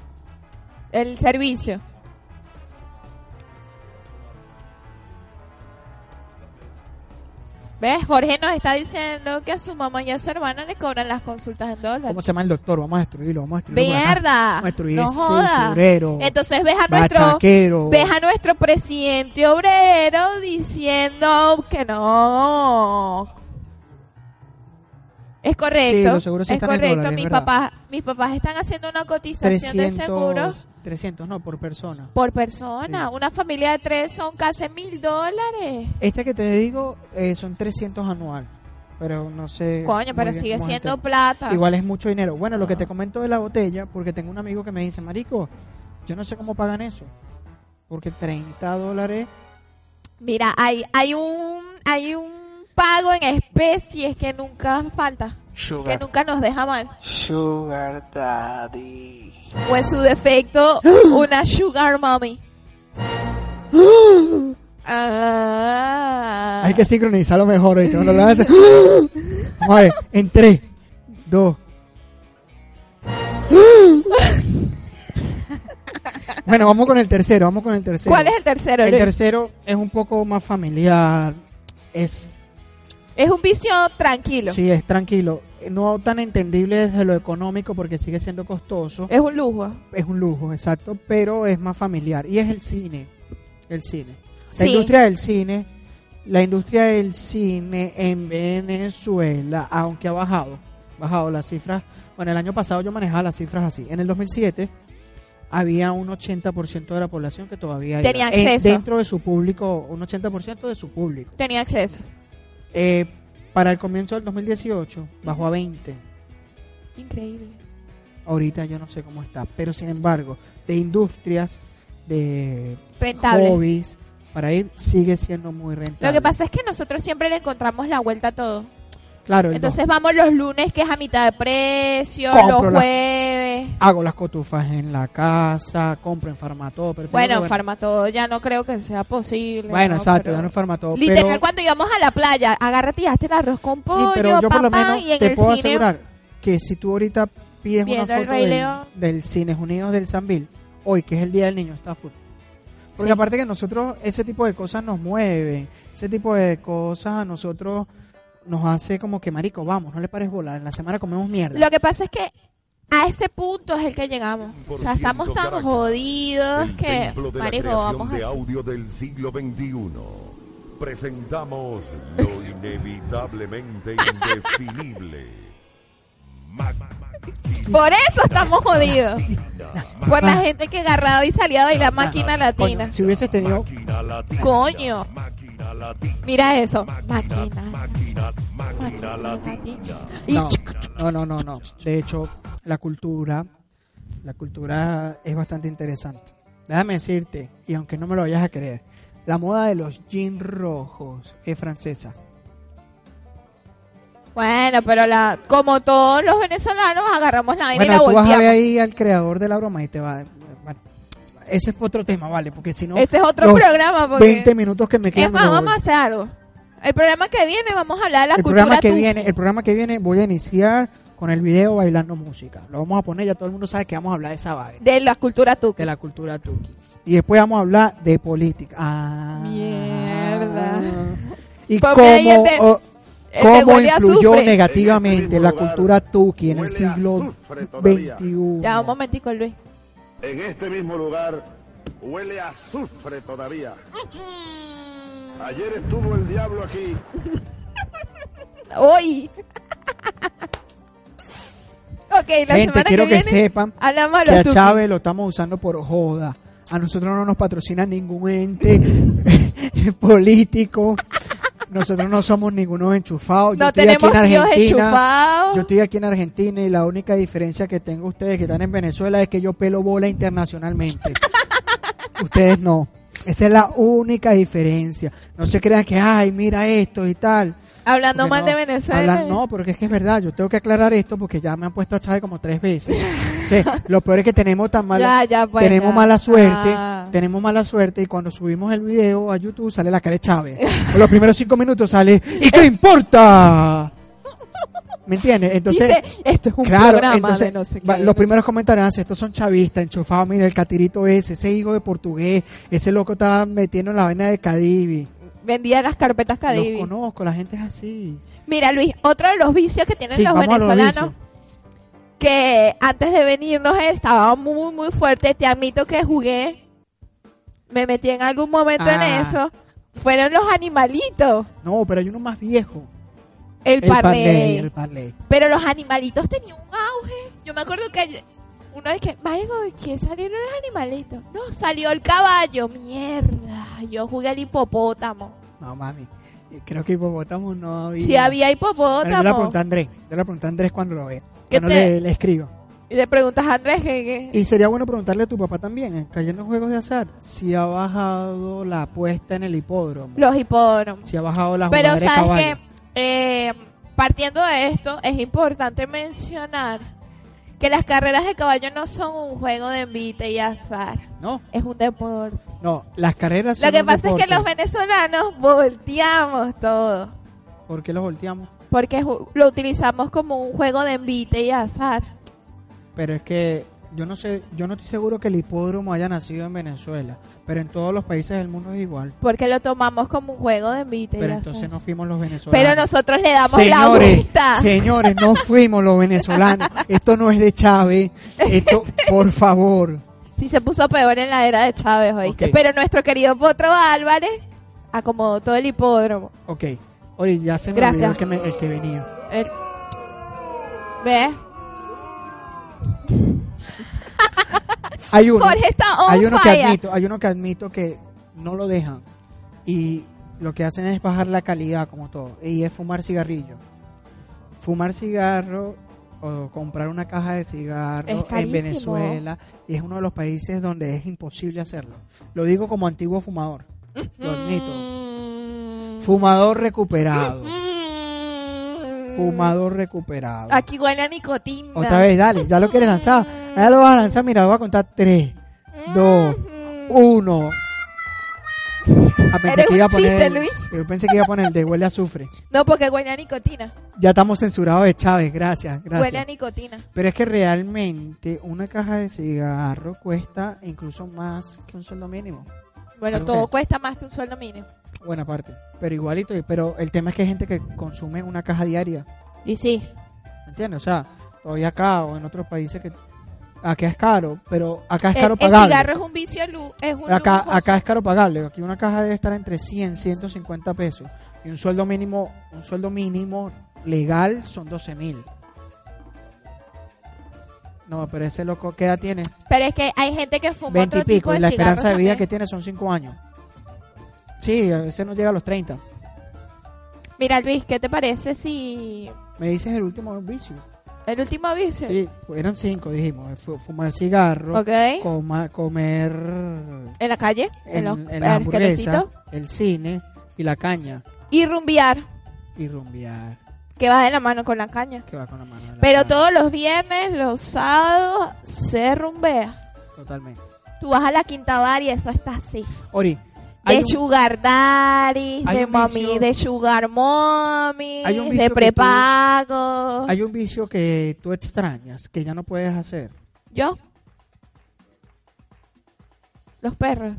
Speaker 1: El servicio. ¿Ves? Jorge nos está diciendo que a su mamá y a su hermana le cobran las consultas en
Speaker 3: ¿Cómo
Speaker 1: dólares.
Speaker 3: se llama el doctor? Vamos a destruirlo, vamos a destruirlo.
Speaker 1: ¡Mierda!
Speaker 3: Vamos a destruir
Speaker 1: Ah, ¡No
Speaker 3: ese
Speaker 1: joda!
Speaker 3: usurero,
Speaker 1: Entonces ves a nuestro...
Speaker 3: bachaquero.
Speaker 1: Ves a nuestro presidente obrero diciendo que no. Es correcto.
Speaker 3: Sí, los seguros sí
Speaker 1: es
Speaker 3: están en
Speaker 1: correcto.
Speaker 3: dólares,
Speaker 1: mis,
Speaker 3: ¿verdad?
Speaker 1: papás, mis papás están haciendo una cotización de seguros
Speaker 3: 300, 300, no, por persona.
Speaker 1: por persona.
Speaker 3: Sí.
Speaker 1: Una familia de tres son casi mil dólares.
Speaker 3: Este que te digo eh, son 300 anual, pero no sé.
Speaker 1: Coño,
Speaker 3: muy
Speaker 1: pero
Speaker 3: bien
Speaker 1: sigue
Speaker 3: cómo es el
Speaker 1: siendo
Speaker 3: tema.
Speaker 1: plata.
Speaker 3: Igual es mucho dinero. Bueno, lo que te comento de la botella, porque tengo un amigo que me dice, Marico, yo no sé cómo pagan eso. Porque 30 dólares.
Speaker 1: Mira, hay, hay un hay un pago en especies que nunca falta, que
Speaker 4: Sugar,
Speaker 1: nunca nos deja mal.
Speaker 4: sugar daddy.
Speaker 1: O en su
Speaker 3: (gasps)
Speaker 1: defecto, una sugar mommy. Ah.
Speaker 3: Hay que sincronizarlo mejor. ¿oíste? Cuando
Speaker 1: (laughs)
Speaker 3: lo hagas- Vamos a ver, en 3, 2. bueno, vamos con el tercero, vamos con el tercero.
Speaker 1: ¿Cuál es el tercero?
Speaker 3: El
Speaker 1: Luis?
Speaker 3: tercero es un poco más familiar. Es
Speaker 1: Es un vicio tranquilo.
Speaker 3: Sí, es tranquilo. No tan entendible desde lo económico porque sigue siendo costoso.
Speaker 1: Es un lujo.
Speaker 3: Es un lujo, exacto, pero es más familiar. Y es el cine. El cine. La
Speaker 1: Sí.
Speaker 3: industria del cine. La industria del cine en Venezuela, aunque ha bajado, bajado las cifras. Bueno, el año pasado yo manejaba las cifras así. En el 2007 había un 80% de la población que todavía
Speaker 1: Tenía
Speaker 3: iba. En-
Speaker 1: acceso.
Speaker 3: dentro de su público, un 80% de su público.
Speaker 1: Tenía acceso.
Speaker 3: Eh, para el comienzo del 2018 bajó a 20.
Speaker 1: Increíble.
Speaker 3: Ahorita yo no sé cómo está, pero sin embargo, de industrias, de
Speaker 1: Rentable.
Speaker 3: hobbies, para ir sigue siendo muy rentable.
Speaker 1: Lo que pasa es que nosotros siempre le encontramos la vuelta a todo.
Speaker 3: claro, el
Speaker 1: Entonces vamos los lunes que es a mitad de precio,
Speaker 3: Compro
Speaker 1: los
Speaker 3: la-
Speaker 1: jueves.
Speaker 3: dos, hago las cotufas en la casa, compro en Farmatodo, pero tengo que-
Speaker 1: Bueno, Farmatodo ya no creo que sea posible.
Speaker 3: bueno,
Speaker 1: ¿no?
Speaker 3: exacto,
Speaker 1: Pero-
Speaker 3: ya no en Farmatodo,
Speaker 1: Literal,
Speaker 3: pero
Speaker 1: cuando íbamos a la playa, agarraste y hazte el arroz con pollo,
Speaker 3: sí, pero yo por lo
Speaker 1: papá,
Speaker 3: menos
Speaker 1: y en
Speaker 3: te
Speaker 1: el
Speaker 3: puedo
Speaker 1: cine.
Speaker 3: asegurar que si tú ahorita pides una
Speaker 1: Viendo el
Speaker 3: foto
Speaker 1: Rey
Speaker 3: del,
Speaker 1: León.
Speaker 3: del Cines Unidos del Sanville, hoy que es el Día del Niño, está full. Porque
Speaker 1: Sí.
Speaker 3: aparte que nosotros, ese tipo de cosas nos mueven, ese tipo de cosas a nosotros nos hace como que, marico, vamos, no le pares volar, en la semana comemos mierda.
Speaker 1: Lo que pasa es que a ese punto es el que llegamos. O sea, estamos tan
Speaker 5: Caracas,
Speaker 1: jodidos
Speaker 5: El
Speaker 1: que,
Speaker 5: templo de la
Speaker 1: marico,
Speaker 5: creación
Speaker 1: vamos
Speaker 5: de
Speaker 1: a...
Speaker 5: audio del siglo XXI. Presentamos lo inevitablemente indefinible.
Speaker 1: Por eso estamos jodidos. Por la gente que agarraba y salía a bailar máquina
Speaker 3: Coño,
Speaker 1: latina.
Speaker 3: si hubieses tenido,
Speaker 5: Máquina latina.
Speaker 1: Coño.
Speaker 5: Máquina latina.
Speaker 1: Mira eso.
Speaker 5: Máquina,
Speaker 1: Máquina.
Speaker 5: máquina, máquina
Speaker 1: Máquina
Speaker 5: latina.
Speaker 1: latina. Y
Speaker 3: no, no, no, no, no. De hecho, la cultura, la cultura es bastante interesante. Déjame decirte, y aunque no me lo vayas a creer, la moda de los jeans rojos es francesa.
Speaker 1: Bueno, pero la, como todos los venezolanos, agarramos la vaina y
Speaker 3: Bueno,
Speaker 1: la
Speaker 3: tú vas a ver
Speaker 1: volteamos.
Speaker 3: ahí al creador de la broma y te va. Bueno, ese es otro tema, vale, porque si no,
Speaker 1: Ese es otro
Speaker 3: los
Speaker 1: programa. Porque
Speaker 3: 20 minutos que me
Speaker 1: es
Speaker 3: quedan. me
Speaker 1: más,
Speaker 3: lo voy.
Speaker 1: vamos a hacer algo. El programa que viene vamos a hablar de la
Speaker 3: el
Speaker 1: cultura
Speaker 3: programa que
Speaker 1: tuki.
Speaker 3: viene, el programa que viene voy a iniciar con el video bailando música. Lo vamos a poner, ya todo el mundo sabe que vamos a hablar de esa vaina,
Speaker 1: De la cultura tuki.
Speaker 3: de la cultura tuki. Y después vamos a hablar de política. Ah.
Speaker 1: Mierda.
Speaker 3: Y
Speaker 1: Porque ahí
Speaker 3: cómo,
Speaker 1: el de-
Speaker 3: o-
Speaker 1: El que
Speaker 3: cómo
Speaker 1: huele a
Speaker 3: influyó
Speaker 1: azufre.
Speaker 6: En
Speaker 3: negativamente
Speaker 6: este
Speaker 3: la
Speaker 6: lugar
Speaker 3: cultura tuki en el
Speaker 6: huele a
Speaker 3: siglo
Speaker 6: azufre todavía.
Speaker 3: XXI.
Speaker 1: Ya, un momentico, Luis.
Speaker 6: En este mismo lugar huele a azufre todavía. Ayer estuvo el diablo aquí.
Speaker 1: Hoy. (laughs) ok, la
Speaker 3: Gente,
Speaker 1: semana
Speaker 3: quiero que,
Speaker 1: que, viene
Speaker 3: sepan
Speaker 1: hablamos de
Speaker 3: que
Speaker 1: los
Speaker 3: a
Speaker 1: tukis.
Speaker 3: Chávez lo estamos usando por joda. A nosotros no nos patrocina ningún ente (laughs) político. Nosotros no somos ninguno enchufados. Yo
Speaker 1: No
Speaker 3: estoy aquí
Speaker 1: tenemos
Speaker 3: en
Speaker 1: tíos
Speaker 3: Argentina.
Speaker 1: enchufados.
Speaker 3: Yo estoy aquí en Argentina y la única diferencia que tengo ustedes que están en Venezuela es que yo pelo
Speaker 1: (laughs)
Speaker 3: bola internacionalmente. ustedes no. Esa es la única diferencia. No se crean que, ay, mira esto y tal.
Speaker 1: Hablando
Speaker 3: Porque
Speaker 1: mal de Venezuela. eh.
Speaker 3: hablan- no, pero es que es verdad, yo tengo que aclarar esto porque ya me han puesto a Chávez como tres veces. O sea, lo peor es que tenemos tan
Speaker 1: (laughs)
Speaker 3: mala,
Speaker 1: Ya, ya, pues,
Speaker 3: tenemos
Speaker 1: ya.
Speaker 3: mala suerte,
Speaker 1: Ah.
Speaker 3: tenemos mala suerte y cuando subimos el video a YouTube sale la cara de Chávez. O los primeros cinco minutos sale, ¿y qué importa? ¿Me entiendes? Entonces,
Speaker 1: Dice, esto es un
Speaker 3: claro,
Speaker 1: programa
Speaker 3: entonces,
Speaker 1: de no sé qué.
Speaker 3: va-
Speaker 1: no
Speaker 3: los
Speaker 1: sé
Speaker 3: primeros comentarios, "Ah, estos son chavistas, enchufados, mira el catirito ese, ese hijo de portugués, ese loco está metiendo en la vaina de Cadivi.
Speaker 1: qué. Vendía las carpetas
Speaker 3: Los
Speaker 1: Cadivi.
Speaker 3: conozco, la gente es así.
Speaker 1: Mira, Luis, otro de los vicios que tienen
Speaker 3: Sí,
Speaker 1: los
Speaker 3: vamos a los
Speaker 1: venezolanos,
Speaker 3: vicios.
Speaker 1: que antes de venirnos él estaba muy, muy fuerte. Te admito que jugué, me metí en algún momento en
Speaker 3: Ah.
Speaker 1: eso. Fueron los animalitos,
Speaker 3: No, pero hay uno más viejo.
Speaker 1: el,
Speaker 3: El
Speaker 1: parley.
Speaker 3: Parley, el Parley.
Speaker 1: Pero los animalitos tenían un auge. Yo me acuerdo que una vez que, Marico, ¿de qué salieron los animalitos? No, salió el caballo, mierda. Yo jugué al hipopótamo.
Speaker 3: No, mami. Eh, Creo que hipopótamo no había.
Speaker 1: Si había
Speaker 3: Bueno, yo le
Speaker 1: hipopótamo.
Speaker 3: pregunté a Andrés. Yo le pregunté a Andrés cuando lo vea.
Speaker 1: ¿Qué
Speaker 3: Cuando
Speaker 1: te-
Speaker 3: le, le escribo.
Speaker 1: Y le preguntas a Andrés que... que-
Speaker 3: Y sería bueno preguntarle a tu papá también, eh, que ayer en los juegos de azar, si ha bajado la apuesta en el hipódromo.
Speaker 1: Los hipódromos.
Speaker 3: Si ha bajado la
Speaker 1: Pero
Speaker 3: jugadera de
Speaker 1: sabes que
Speaker 3: caballo.
Speaker 1: eh, partiendo de esto es importante mencionar que las carreras de caballo no son un juego de envite y azar,
Speaker 3: No,
Speaker 1: es un deporte.
Speaker 3: no, las carreras
Speaker 1: Lo
Speaker 3: son
Speaker 1: que
Speaker 3: un
Speaker 1: pasa es que
Speaker 3: deporte.
Speaker 1: los venezolanos volteamos todo,
Speaker 3: ¿Por qué los volteamos?
Speaker 1: porque ju- lo utilizamos como un juego de envite y azar.
Speaker 3: Pero es que yo no sé, yo no estoy seguro que el hipódromo haya nacido en Venezuela, pero en todos los países del mundo es igual.
Speaker 1: Porque lo tomamos como un juego de envite y
Speaker 3: Pero
Speaker 1: azar.
Speaker 3: entonces no fuimos los venezolanos.
Speaker 1: Pero nosotros le damos la
Speaker 3: señores,
Speaker 1: vuelta.
Speaker 3: señores, no fuimos los venezolanos.
Speaker 1: (laughs)
Speaker 3: Esto no es de Chávez. Esto, por favor.
Speaker 1: Sí se puso peor en la era de Chávez, ¿oíste?
Speaker 3: Ok.
Speaker 1: Pero nuestro querido Potro Álvarez acomodó todo el hipódromo.
Speaker 3: Ok. Oye, ya se me
Speaker 1: Gracias.
Speaker 3: olvidó el que, me- el que venía.
Speaker 1: El- ¿Ves?
Speaker 3: Hay uno,
Speaker 1: Jorge está on
Speaker 3: hay uno que
Speaker 1: fire.
Speaker 3: admito, hay uno que admito que no lo dejan y lo que hacen es bajar la calidad como todo y es fumar cigarrillo. Fumar cigarro o comprar una caja de
Speaker 1: Es
Speaker 3: cigarro en
Speaker 1: carísimo.
Speaker 3: Venezuela y es uno de los países donde es imposible hacerlo. Lo digo como antiguo fumador. Lo admito.
Speaker 1: Mm.
Speaker 3: Fumador recuperado.
Speaker 1: Mm.
Speaker 3: Fumador recuperado.
Speaker 1: Aquí huele a nicotina.
Speaker 3: Otra vez, dale, ya lo quieres lanzar. Ya lo vas a lanzar, mira, lo voy a contar 3, 2,
Speaker 1: Mm.
Speaker 3: Uh. 1. Ah,
Speaker 1: Eres un chiste, Luis.
Speaker 3: Yo pensé que iba a poner el de huele a azufre.
Speaker 1: No, porque huele a nicotina.
Speaker 3: Ya estamos censurados de Chávez, gracias,
Speaker 1: Huele a
Speaker 3: gracias.
Speaker 1: nicotina.
Speaker 3: Pero es que realmente una caja de cigarro cuesta incluso más que un sueldo mínimo.
Speaker 1: Bueno,
Speaker 3: Algo
Speaker 1: todo
Speaker 3: que-
Speaker 1: cuesta más que un sueldo mínimo.
Speaker 3: Buena parte. Pero igualito, pero el tema es que hay gente que consume una caja diaria.
Speaker 1: Y sí.
Speaker 3: ¿Me entiendes? O sea, todavía acá o en otros países que acá es caro, pero acá es
Speaker 1: El,
Speaker 3: caro
Speaker 1: Eh, el
Speaker 3: pagable.
Speaker 1: cigarro es un vicio, lu- es un
Speaker 3: acá,
Speaker 1: lujo.
Speaker 3: acá es caro pagable. Aquí una caja debe estar entre 100, 150 pesos. Y un sueldo mínimo, un sueldo mínimo legal son 12 mil. No, pero ese loco, ¿qué edad tiene?
Speaker 1: Pero es que hay gente que fuma
Speaker 3: 20
Speaker 1: otro
Speaker 3: y
Speaker 1: tipo
Speaker 3: pico. Y
Speaker 1: de
Speaker 3: la esperanza de vida
Speaker 1: cigarros
Speaker 3: que tiene son 5 años. Sí, a veces no llega a los 30.
Speaker 1: también. Mira, Luis, ¿qué te parece si
Speaker 3: Me dices el último vicio.
Speaker 1: el último vicio?
Speaker 3: Sí, eran 5, dijimos. Fu- Fumar cigarro,
Speaker 1: Ok. En
Speaker 3: coma- comer
Speaker 1: la calle, en,
Speaker 3: en,
Speaker 1: los
Speaker 3: en la hamburguesa,
Speaker 1: parquecitos.
Speaker 3: el cine y la caña.
Speaker 1: Y rumbear,
Speaker 3: Y rumbear,
Speaker 1: que va de la mano con la caña.
Speaker 3: que va con la mano. de la
Speaker 1: Pero
Speaker 3: caña.
Speaker 1: todos los viernes, los sábados, se rumbea.
Speaker 3: Totalmente.
Speaker 1: Tú vas a la quinta bar y eso está así.
Speaker 3: Ori, hay
Speaker 1: de
Speaker 3: un-
Speaker 1: Sugar Daddy,
Speaker 3: hay
Speaker 1: de
Speaker 3: un
Speaker 1: Mommy,
Speaker 3: vicio-
Speaker 1: de Sugar Mommy,
Speaker 3: Hay un vicio
Speaker 1: de
Speaker 3: que tú-
Speaker 1: prepago.
Speaker 3: Hay un vicio que tú extrañas, que ya no puedes hacer.
Speaker 1: ¿Yo? Los perros.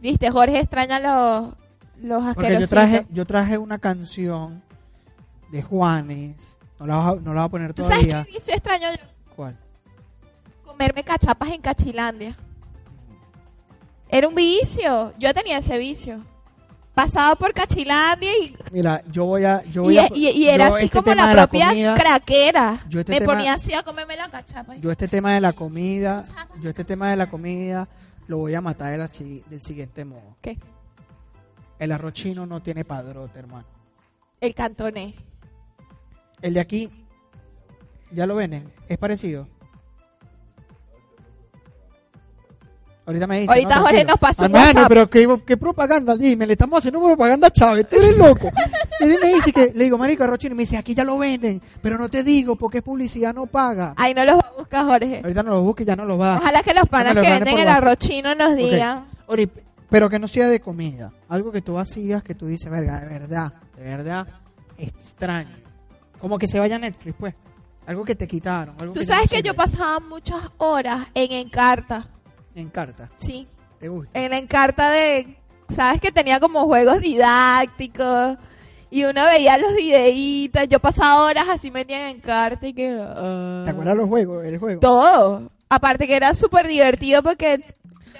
Speaker 1: ¿Viste? Jorge extraña los, los
Speaker 3: Porque yo
Speaker 1: asquerositos.
Speaker 3: traje, yo traje una canción de Juanes. No la vas a, no la vas a poner
Speaker 1: ¿Tú sabes
Speaker 3: todavía.
Speaker 1: qué vicio extraño?
Speaker 3: ¿Cuál?
Speaker 1: Comerme cachapas en Cachilandia. Era un vicio. Yo tenía ese vicio. Pasaba por Cachilandia y,
Speaker 3: Mira, yo voy a. Yo
Speaker 1: y,
Speaker 3: voy a
Speaker 1: y- y era
Speaker 3: yo
Speaker 1: así
Speaker 3: este
Speaker 1: como
Speaker 3: tema
Speaker 1: la
Speaker 3: de
Speaker 1: propia
Speaker 3: comida-
Speaker 1: craquera.
Speaker 3: yo este
Speaker 1: Me
Speaker 3: tema-
Speaker 1: ponía así a comerme la cachapa.
Speaker 3: Yo este tema de la comida, yo este tema de la comida lo voy a matar de la si- del siguiente modo.
Speaker 1: ¿Qué?
Speaker 3: El arroz chino no tiene padrote, hermano.
Speaker 1: El cantonés.
Speaker 3: El de aquí, ya lo venden, es parecido. Ahorita me dice.
Speaker 1: Ahorita
Speaker 3: no,
Speaker 1: Jorge
Speaker 3: tranquilo.
Speaker 1: nos pasó un
Speaker 3: Hermano,
Speaker 1: WhatsApp.
Speaker 3: pero qué, qué propaganda. Dime, le estamos haciendo propaganda a Chávez, tú eres loco. y él me dice que, le digo, marico, arroz chino. Y me dice, aquí ya lo venden, pero no te digo porque es publicidad, no paga.
Speaker 1: Ahí no los va a buscar Jorge.
Speaker 3: Ahorita no lo busque, ya no lo va.
Speaker 1: Ojalá que los panas
Speaker 3: Dame los
Speaker 1: que
Speaker 3: ganes
Speaker 1: venden
Speaker 3: por
Speaker 1: el
Speaker 3: WhatsApp.
Speaker 1: arroz chino nos
Speaker 3: Ok.
Speaker 1: digan.
Speaker 3: Ori, pero que no sea de comida. Algo que tú hacías que tú dices, verga, de verdad, de verdad, extraño. Como que se vaya a Netflix, pues. Algo que te quitaron. Algo
Speaker 1: Tú
Speaker 3: ya
Speaker 1: sabes
Speaker 3: no
Speaker 1: que yo
Speaker 3: sirve.
Speaker 1: pasaba muchas horas en Encarta.
Speaker 3: En carta.
Speaker 1: Sí.
Speaker 3: ¿Te gusta?
Speaker 1: En Encarta de. Sabes que tenía como juegos didácticos. Y uno veía los videitos. Yo pasaba horas así metida en Encarta y que. ah.
Speaker 3: ¿Te acuerdas los juegos? El juego.
Speaker 1: Todo. Aparte que era súper divertido porque te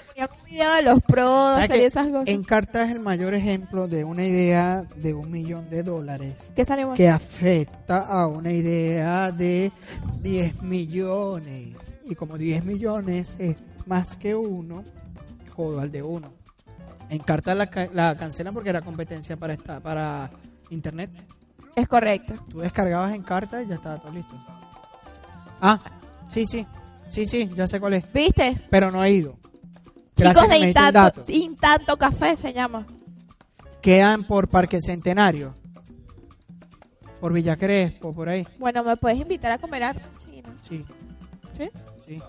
Speaker 1: ponía un video de los pros
Speaker 3: ¿Sabes
Speaker 1: y
Speaker 3: qué?
Speaker 1: esas cosas.
Speaker 3: En carta es el mayor ejemplo de una idea de un millón de dólares
Speaker 1: ¿Qué salimos?
Speaker 3: que afecta a una idea de 10 millones. Y como 10 millones es más que uno, jodo al de uno. En carta la, ca- la cancelan porque era competencia para esta, para internet.
Speaker 1: Es correcto.
Speaker 3: Tú descargabas en carta y ya estaba todo listo. Ah, sí, sí. Sí, sí, ya sé cuál es.
Speaker 1: ¿Viste?
Speaker 3: Pero no he ido. Gracias
Speaker 1: Chicos de
Speaker 3: que me diste el
Speaker 1: Intanto,
Speaker 3: dato.
Speaker 1: Intanto Café se llama.
Speaker 3: Quedan por Parque Centenario. Por Villa Crespo, por ahí.
Speaker 1: Bueno, me puedes invitar a comer arroz chino.
Speaker 3: Sí.
Speaker 1: ¿Sí?
Speaker 3: Sí.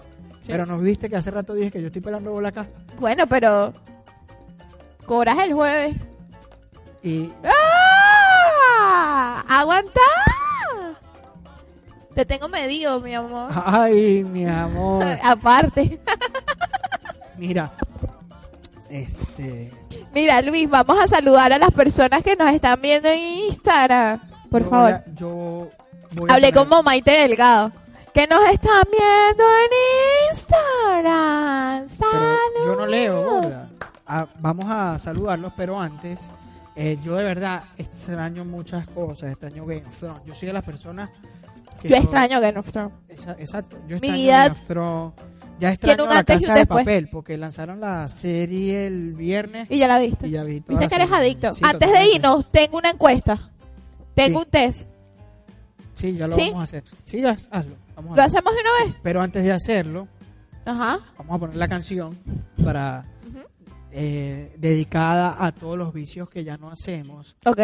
Speaker 3: Pero nos viste que hace rato dije que yo estoy pelando bola acá.
Speaker 1: Bueno, pero cobras el jueves.
Speaker 3: Y
Speaker 1: ¡Ah! ¡Aguanta! Te tengo medido, mi amor.
Speaker 3: ay, mi amor.
Speaker 1: (laughs) Aparte.
Speaker 3: Mira. Este,
Speaker 1: Mira, Luis, vamos a saludar a las personas que nos están viendo en Instagram. Por
Speaker 3: yo
Speaker 1: favor.
Speaker 3: voy a- yo voy a
Speaker 1: Hablé
Speaker 3: poner-
Speaker 1: con Maite Delgado. Que nos están viendo en Instagram.
Speaker 3: pero yo no leo,
Speaker 1: Saludos.
Speaker 3: gorda. Ah, vamos a saludarlos, pero antes, eh, yo de verdad extraño muchas cosas. Extraño Game of Thrones. Yo soy de las personas que
Speaker 1: Yo
Speaker 3: no-
Speaker 1: extraño Game of Thrones.
Speaker 3: Esa- Exacto. Yo extraño
Speaker 1: vida
Speaker 3: Game of Thrones. Ya extraño
Speaker 1: un
Speaker 3: la
Speaker 1: antes y un
Speaker 3: casa de
Speaker 1: después.
Speaker 3: papel porque lanzaron la serie el viernes
Speaker 1: Y ya la viste.
Speaker 3: y ya vi toda
Speaker 1: Viste
Speaker 3: la
Speaker 1: que eres
Speaker 3: serie.
Speaker 1: adicto.
Speaker 3: Sí,
Speaker 1: Antes de
Speaker 3: totalmente.
Speaker 1: irnos, tengo una encuesta. Tengo
Speaker 3: Sí.
Speaker 1: un test.
Speaker 3: Sí, ya lo
Speaker 1: ¿Sí?
Speaker 3: vamos a hacer. Sí, ya, hazlo. Vamos a
Speaker 1: ¿Lo
Speaker 3: hacer.
Speaker 1: hacemos de una vez?
Speaker 3: Pero antes de hacerlo,
Speaker 1: Ajá.
Speaker 3: vamos a poner la canción para eh, dedicada a todos los vicios que ya no hacemos
Speaker 1: Ok.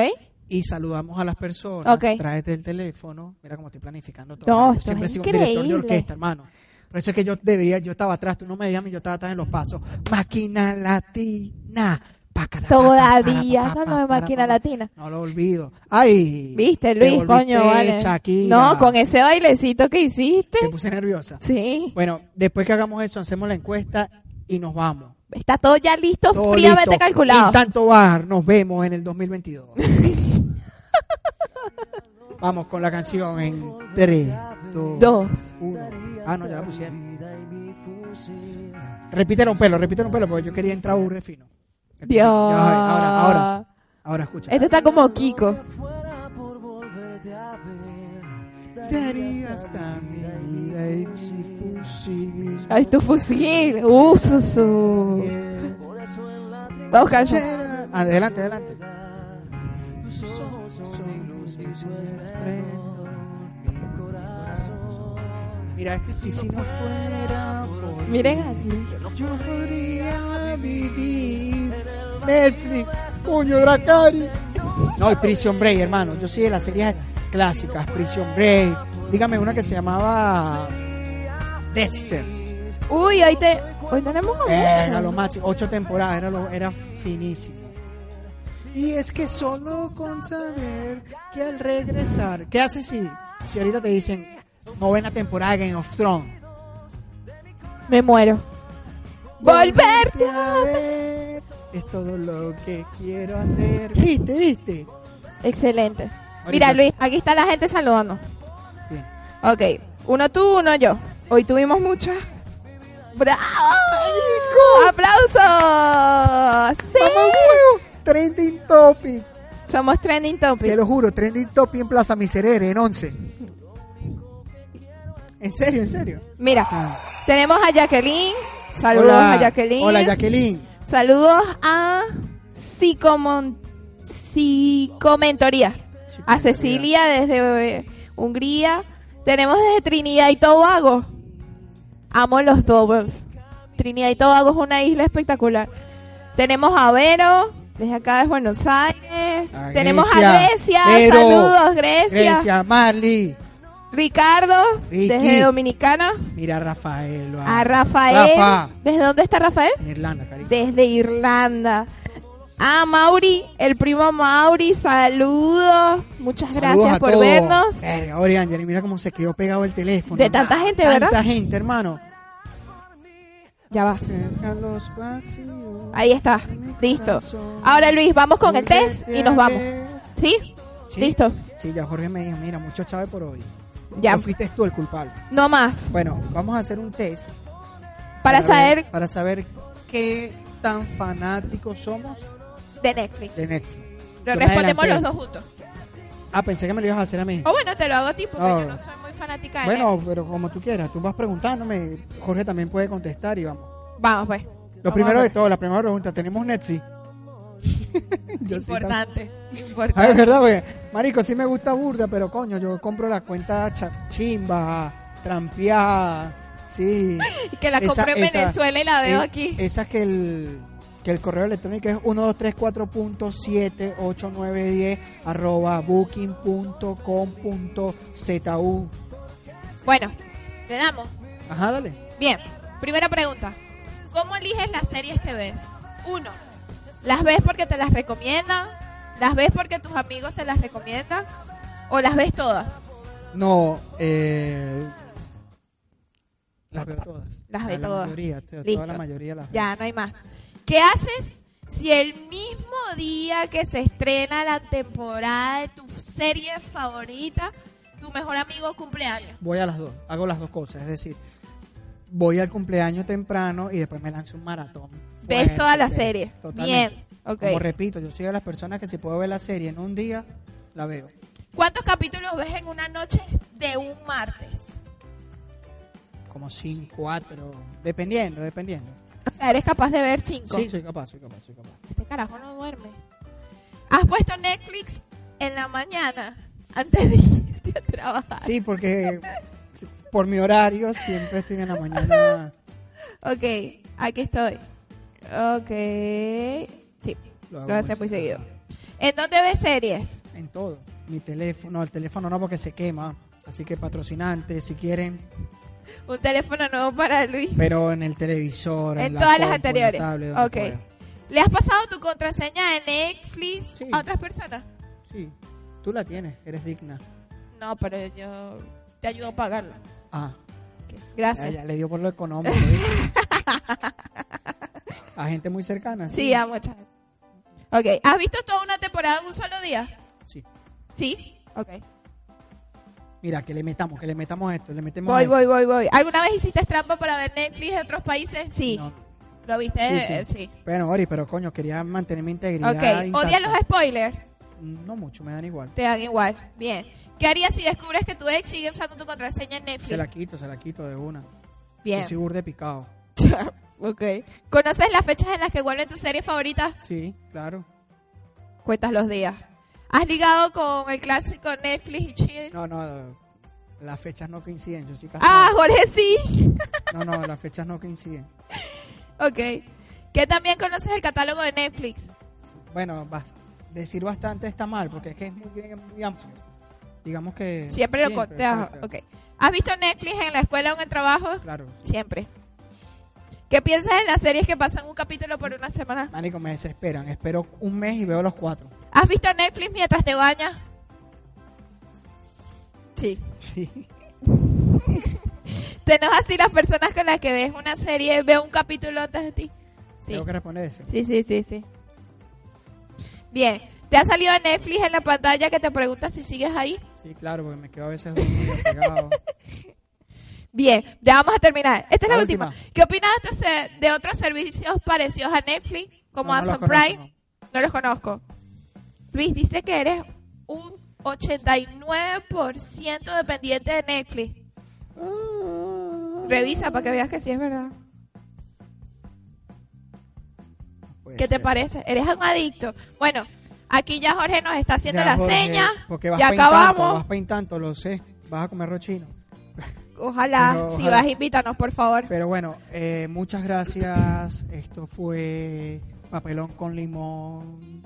Speaker 3: y saludamos a las personas.
Speaker 1: Ok.
Speaker 3: Tráete el teléfono. Mira cómo estoy planificando todo.
Speaker 1: No,
Speaker 3: Yo
Speaker 1: esto
Speaker 3: siempre
Speaker 1: es
Speaker 3: soy un director de
Speaker 1: increíble.
Speaker 3: orquesta, hermano. Por eso es que yo debería, yo estaba atrás, tú no me veías, yo estaba atrás en los pasos. Máquina latina. Pacara,
Speaker 1: Todavía
Speaker 3: pacara,
Speaker 1: con lo de
Speaker 3: pacara,
Speaker 1: máquina
Speaker 3: pacara.
Speaker 1: latina.
Speaker 3: No lo olvido. Ay.
Speaker 1: ¿Viste,
Speaker 3: te
Speaker 1: Luis?
Speaker 3: volviste
Speaker 1: Coño, vale.
Speaker 3: Shakira.
Speaker 1: No, con ese bailecito que hiciste.
Speaker 3: Te puse nerviosa.
Speaker 1: Sí.
Speaker 3: Bueno, después que hagamos eso, hacemos la encuesta y nos vamos.
Speaker 1: Está todo ya listo,
Speaker 3: Todo
Speaker 1: fríamente
Speaker 3: listo.
Speaker 1: calculado.
Speaker 3: Intanto Bar, nos vemos en
Speaker 1: (laughs)
Speaker 3: el 2022. Vamos con la canción en 3, 2,
Speaker 1: Dos.
Speaker 3: 1. Ah, no, ya la pusieron. Repítelo un pelo, repítelo un pelo, porque yo quería entrar burde fino. Empecé-
Speaker 1: Dios.
Speaker 3: ya va a ver, Ahora, ahora, ahora escucha.
Speaker 1: Este está como Kiko.
Speaker 4: Fuera por volverte a ver.
Speaker 3: Daría hasta mi vida y mi fusil.
Speaker 1: Ay, tu fusil. Uh, su, su.
Speaker 3: Yeah.
Speaker 4: Por eso en la
Speaker 1: Vamos, canción.
Speaker 3: Adelante, adelante.
Speaker 4: Tus ojos son luz y tu esplendor, mi corazón.
Speaker 3: Mira, y si no fuera por
Speaker 1: Miren aquí.
Speaker 3: Yo no podría vivir. Netflix, coño, Dracari. No, y Prison Break, hermano. Yo soy de las series clásicas. Prison Break. Dígame una que se llamaba Dexter.
Speaker 1: Uy, hoy, te, hoy tenemos a
Speaker 3: Venga, lo máximo. Ocho temporadas, era, lo- era finísimo. Y es que solo con saber que al regresar. ¿Qué haces si, si ahorita te dicen novena temporada de Game of Thrones?
Speaker 1: Me muero. Volverte.
Speaker 3: Volverte a ver es todo lo que quiero hacer. ¿Viste? ¿Viste?
Speaker 1: Excelente.
Speaker 3: Ahorita.
Speaker 1: Mira, Luis, aquí está la gente saludando.
Speaker 3: Bien.
Speaker 1: Ok, uno tú, uno yo. Hoy tuvimos muchas. ¡Bravo! ¡Aplausos! ¡Sí!
Speaker 3: ¡Mamá huevo! Trending topic.
Speaker 1: Somos trending
Speaker 3: Te
Speaker 1: topic.
Speaker 3: lo juro, trending topic en Plaza Miserere, en 11. ¿En serio? ¿En serio?
Speaker 1: Mira,
Speaker 3: Ah.
Speaker 1: tenemos a Jacqueline. Saludos
Speaker 3: Hola.
Speaker 1: a Jacqueline.
Speaker 3: Hola, Jacqueline.
Speaker 1: Saludos a Psicomon- Psicomentorías. A Cecilia desde eh, Hungría. Tenemos desde Trinidad y Tobago. Amo los doubles. Trinidad y Tobago es una isla espectacular. Tenemos a Vero, desde acá de Buenos Aires.
Speaker 3: A
Speaker 1: Tenemos a Grecia.
Speaker 3: Grecia. Vero.
Speaker 1: Saludos, Grecia.
Speaker 3: Grecia, Marley.
Speaker 1: Ricardo,
Speaker 3: Ricky.
Speaker 1: desde Dominicana.
Speaker 3: Mira a Rafael. va.
Speaker 1: A Rafael.
Speaker 3: Rafa.
Speaker 1: ¿Desde dónde está Rafael?
Speaker 3: En Irlanda, cariño.
Speaker 1: desde Irlanda. A Mauri, el primo Mauri, saludos. Muchas
Speaker 3: Saludos
Speaker 1: gracias
Speaker 3: a
Speaker 1: por
Speaker 3: todos.
Speaker 1: vernos.
Speaker 3: Verga, Ori Angeli, mira cómo se quedó pegado el teléfono.
Speaker 1: De tanta gente, ¿verdad?
Speaker 3: Tanta gente, hermano.
Speaker 1: Ya va.
Speaker 3: Cerca los vacíos
Speaker 1: Ahí está.
Speaker 3: de mi
Speaker 1: Listo.
Speaker 3: corazón.
Speaker 1: Ahora Luis, vamos con el
Speaker 3: Volverte
Speaker 1: test y
Speaker 3: a
Speaker 1: nos vamos.
Speaker 3: ver.
Speaker 1: ¿Sí?
Speaker 3: Sí.
Speaker 1: Listo.
Speaker 3: Sí, ya Jorge me dijo, mira, mucho chave por hoy.
Speaker 1: Ya.
Speaker 3: No fuiste tú el culpable.
Speaker 1: No más.
Speaker 3: Bueno, vamos a hacer un test.
Speaker 1: Para
Speaker 3: ver-
Speaker 1: saber
Speaker 3: Para saber qué tan fanáticos somos
Speaker 1: de Netflix.
Speaker 3: de Netflix.
Speaker 1: Lo
Speaker 3: Yo me
Speaker 1: respondemos
Speaker 3: adelanté.
Speaker 1: los dos juntos.
Speaker 3: Ah, pensé que me lo ibas a hacer a mí.
Speaker 1: O bueno, te lo hago a ti porque
Speaker 3: No.
Speaker 1: yo no soy muy fanática de Netflix.
Speaker 3: Oh. Bueno, pero como tú quieras, tú vas preguntándome, Jorge también puede contestar y vamos.
Speaker 1: Vamos pues.
Speaker 3: Lo
Speaker 1: Vamos
Speaker 3: primero
Speaker 1: a
Speaker 3: de
Speaker 1: ver.
Speaker 3: todo, la primera pregunta, ¿tenemos Netflix? Yo sí tam- (laughs)
Speaker 1: Importante.
Speaker 3: Ah, es
Speaker 1: Importante.
Speaker 3: verdad, porque, marico, sí me gusta burda, pero coño, yo compro la cuenta cha- chimba, trampeada, sí.
Speaker 1: Y que la
Speaker 3: Esa-
Speaker 1: compré en
Speaker 3: esa-
Speaker 1: Venezuela y (laughs) la veo
Speaker 3: Eh,
Speaker 1: aquí.
Speaker 3: Esas que el, que el correo electrónico es 1234.78910 arroba booking.com.zu.
Speaker 1: Bueno, le damos.
Speaker 3: Ajá, dale.
Speaker 1: Bien, primera pregunta. ¿Cómo eliges las series que ves? Uno, ¿las ves porque te las recomiendan? ¿Las ves porque tus amigos te las recomiendan? ¿O las ves todas?
Speaker 3: No, eh, las veo todas. Ah,
Speaker 1: Las ve
Speaker 3: La
Speaker 1: todas.
Speaker 3: mayoría, t-
Speaker 1: Listo.
Speaker 3: toda la mayoría las veo.
Speaker 1: Ya, no hay más. ¿Qué haces si el mismo día que se estrena la temporada de tu serie favorita, tu mejor amigo cumpleaños?
Speaker 3: Voy a las dos, hago las dos cosas, es decir, voy al cumpleaños temprano y después me lanzo un maratón.
Speaker 1: ¿Ves
Speaker 3: Fuerte,
Speaker 1: toda la
Speaker 3: de-
Speaker 1: serie?
Speaker 3: Totalmente.
Speaker 1: Bien, ok.
Speaker 3: Como repito, yo soy de las personas que si puedo ver la serie en un día, la veo.
Speaker 1: ¿Cuántos capítulos ves en una noche de un martes?
Speaker 3: Como cinco, cuatro, dependiendo, dependiendo.
Speaker 1: O sea, eres capaz de ver cinco.
Speaker 3: Sí, soy capaz, soy capaz, soy capaz.
Speaker 1: Este carajo no duerme. ¿Has puesto Netflix en la mañana antes de irte a trabajar?
Speaker 3: Sí, porque (laughs) por mi horario siempre estoy en la mañana.
Speaker 1: Ok, aquí estoy. Ok. Sí,
Speaker 3: Lo
Speaker 1: lo,
Speaker 3: hago
Speaker 1: haces muy
Speaker 3: muy
Speaker 1: seguido. ¿En dónde ves series?
Speaker 3: En todo. Mi teléfono, el teléfono no porque se quema. Así que patrocinantes, si quieren.
Speaker 1: Un teléfono nuevo para Luis.
Speaker 3: Pero en el televisor.
Speaker 1: En
Speaker 3: la
Speaker 1: todas
Speaker 3: compu,
Speaker 1: las
Speaker 3: en la
Speaker 1: anteriores.
Speaker 3: tablet, donde
Speaker 1: Ok.
Speaker 3: pueda.
Speaker 1: ¿Le has pasado tu contraseña de Netflix
Speaker 3: Sí.
Speaker 1: a otras personas?
Speaker 3: Sí. Tú la tienes, eres digna.
Speaker 1: No, pero yo te ayudo a pagarla.
Speaker 3: Ah,
Speaker 1: Ok,
Speaker 3: ya,
Speaker 1: Gracias.
Speaker 3: ya le dio por lo económico.
Speaker 1: (laughs)
Speaker 3: ¿viste? a gente muy cercana.
Speaker 1: Sí, a muchas. Ok, ¿has visto toda una temporada en un solo día?
Speaker 3: Sí.
Speaker 1: Sí. Ok.
Speaker 3: Mira, que le metamos, que le metamos esto, le metemos
Speaker 1: Voy,
Speaker 3: esto.
Speaker 1: voy, voy, voy. ¿Alguna vez hiciste trampa para ver Netflix de otros países? Sí.
Speaker 3: No.
Speaker 1: ¿Lo viste?
Speaker 3: Sí,
Speaker 1: Eh,
Speaker 3: sí.
Speaker 1: eh, sí.
Speaker 3: Bueno, Ori, pero coño, quería mantener mi integridad.
Speaker 1: Ok.
Speaker 3: intacta.
Speaker 1: ¿Odias los spoilers?
Speaker 3: No mucho, me dan igual.
Speaker 1: Te dan igual. Bien. ¿Qué harías si descubres que tu ex sigue usando tu contraseña en Netflix?
Speaker 3: Se la quito, se la quito de una.
Speaker 1: Bien.
Speaker 3: Yo soy burde picado.
Speaker 1: ok. ¿Conoces las fechas en las que vuelven tus series favoritas?
Speaker 3: Sí, claro.
Speaker 1: Cuentas los días. ¿Has ligado con el clásico Netflix y chill?
Speaker 3: No, no, las fechas no coinciden. Yo soy casado.
Speaker 1: Ah, Jorge, sí. Ah,
Speaker 3: No, no, las fechas no coinciden.
Speaker 1: ok. ¿Que también conoces el catálogo de Netflix?
Speaker 3: Bueno, bas- decir bastante está mal, porque es que es muy, muy amplio. Digamos que...
Speaker 1: Siempre lo conté.
Speaker 3: conté
Speaker 1: Ok. ¿Has visto Netflix en la escuela o en el trabajo?
Speaker 3: Claro.
Speaker 1: Siempre. ¿Qué piensas en las series que pasan un capítulo por una semana?
Speaker 3: Marico, me desesperan. Espero un mes y veo los cuatro. (laughs)
Speaker 1: ¿Has visto Netflix mientras te bañas? Sí.
Speaker 3: Sí.
Speaker 1: Tenemos así las personas con las que ves una serie, veo un capítulo antes de ti. Sí.
Speaker 3: Tengo que responder eso.
Speaker 1: Sí, sí, sí, sí. Bien. ¿Te ha salido Netflix en la pantalla que te pregunta si sigues ahí?
Speaker 3: Sí, claro, porque me quedo a veces dormido, pegado.
Speaker 1: Bien, ya vamos a terminar. Esta es la,
Speaker 3: La
Speaker 1: última.
Speaker 3: última.
Speaker 1: ¿Qué opinas de, otros se- de otros servicios parecidos a Netflix, (laughs) como
Speaker 3: No, no
Speaker 1: Amazon
Speaker 3: los
Speaker 1: Prime?
Speaker 3: conozco,
Speaker 1: No los conozco. Luis dice que eres un 89% dependiente de Netflix. Revisa para que veas que sí es verdad.
Speaker 3: Puede
Speaker 1: ¿Qué te
Speaker 3: ser.
Speaker 1: parece? Eres un adicto. Bueno, aquí ya Jorge nos está haciendo
Speaker 3: Ya,
Speaker 1: la
Speaker 3: Jorge,
Speaker 1: seña.
Speaker 3: Porque vas
Speaker 1: ya
Speaker 3: pa' intanto,
Speaker 1: acabamos.
Speaker 3: vas pa' intanto, lo sé. Vas a comer rochino.
Speaker 1: Ojalá,
Speaker 3: Pero
Speaker 1: si
Speaker 3: ojalá.
Speaker 1: vas, invítanos, por favor.
Speaker 3: Pero bueno, eh, muchas gracias. Esto fue Papelón con Limón.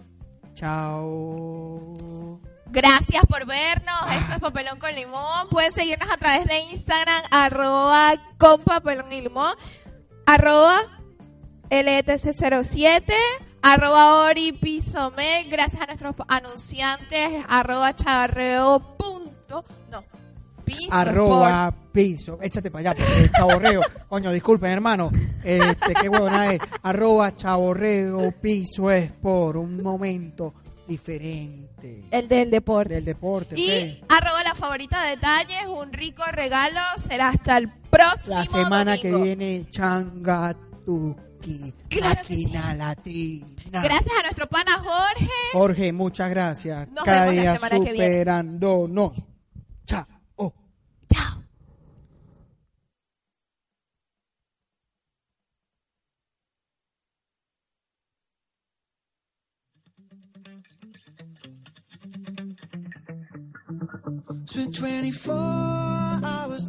Speaker 3: Chao.
Speaker 1: Gracias por vernos. Esto es Papelón con Limón. Pueden seguirnos a través de Instagram, arroba con papelón y limón, arroba E LTC07, arroba Oripisome. Gracias a nuestros anunciantes, arroba charreo punto, no, piso
Speaker 3: Arroba piso. Échate para allá, porque es
Speaker 1: (laughs)
Speaker 3: chaborreo. Coño, disculpen, hermano. Este, qué huevona es. Arroba chaborreo piso es por un momento diferente
Speaker 1: sport, el del deporte.
Speaker 3: del deporte.
Speaker 1: y
Speaker 3: ok.
Speaker 1: arroba la favorita detalles, un rico regalo. Será hasta el próximo
Speaker 3: La semana
Speaker 1: domingo.
Speaker 3: que viene, Changatuki.
Speaker 1: Claro que
Speaker 3: Máquina latina.
Speaker 1: Gracias a nuestro pana Jorge.
Speaker 3: Jorge, muchas gracias.
Speaker 1: Nos
Speaker 3: Cada
Speaker 1: vemos la
Speaker 3: día
Speaker 1: semana que viene.
Speaker 3: superándonos. Chao.
Speaker 1: Chao.
Speaker 4: Spent 24 hours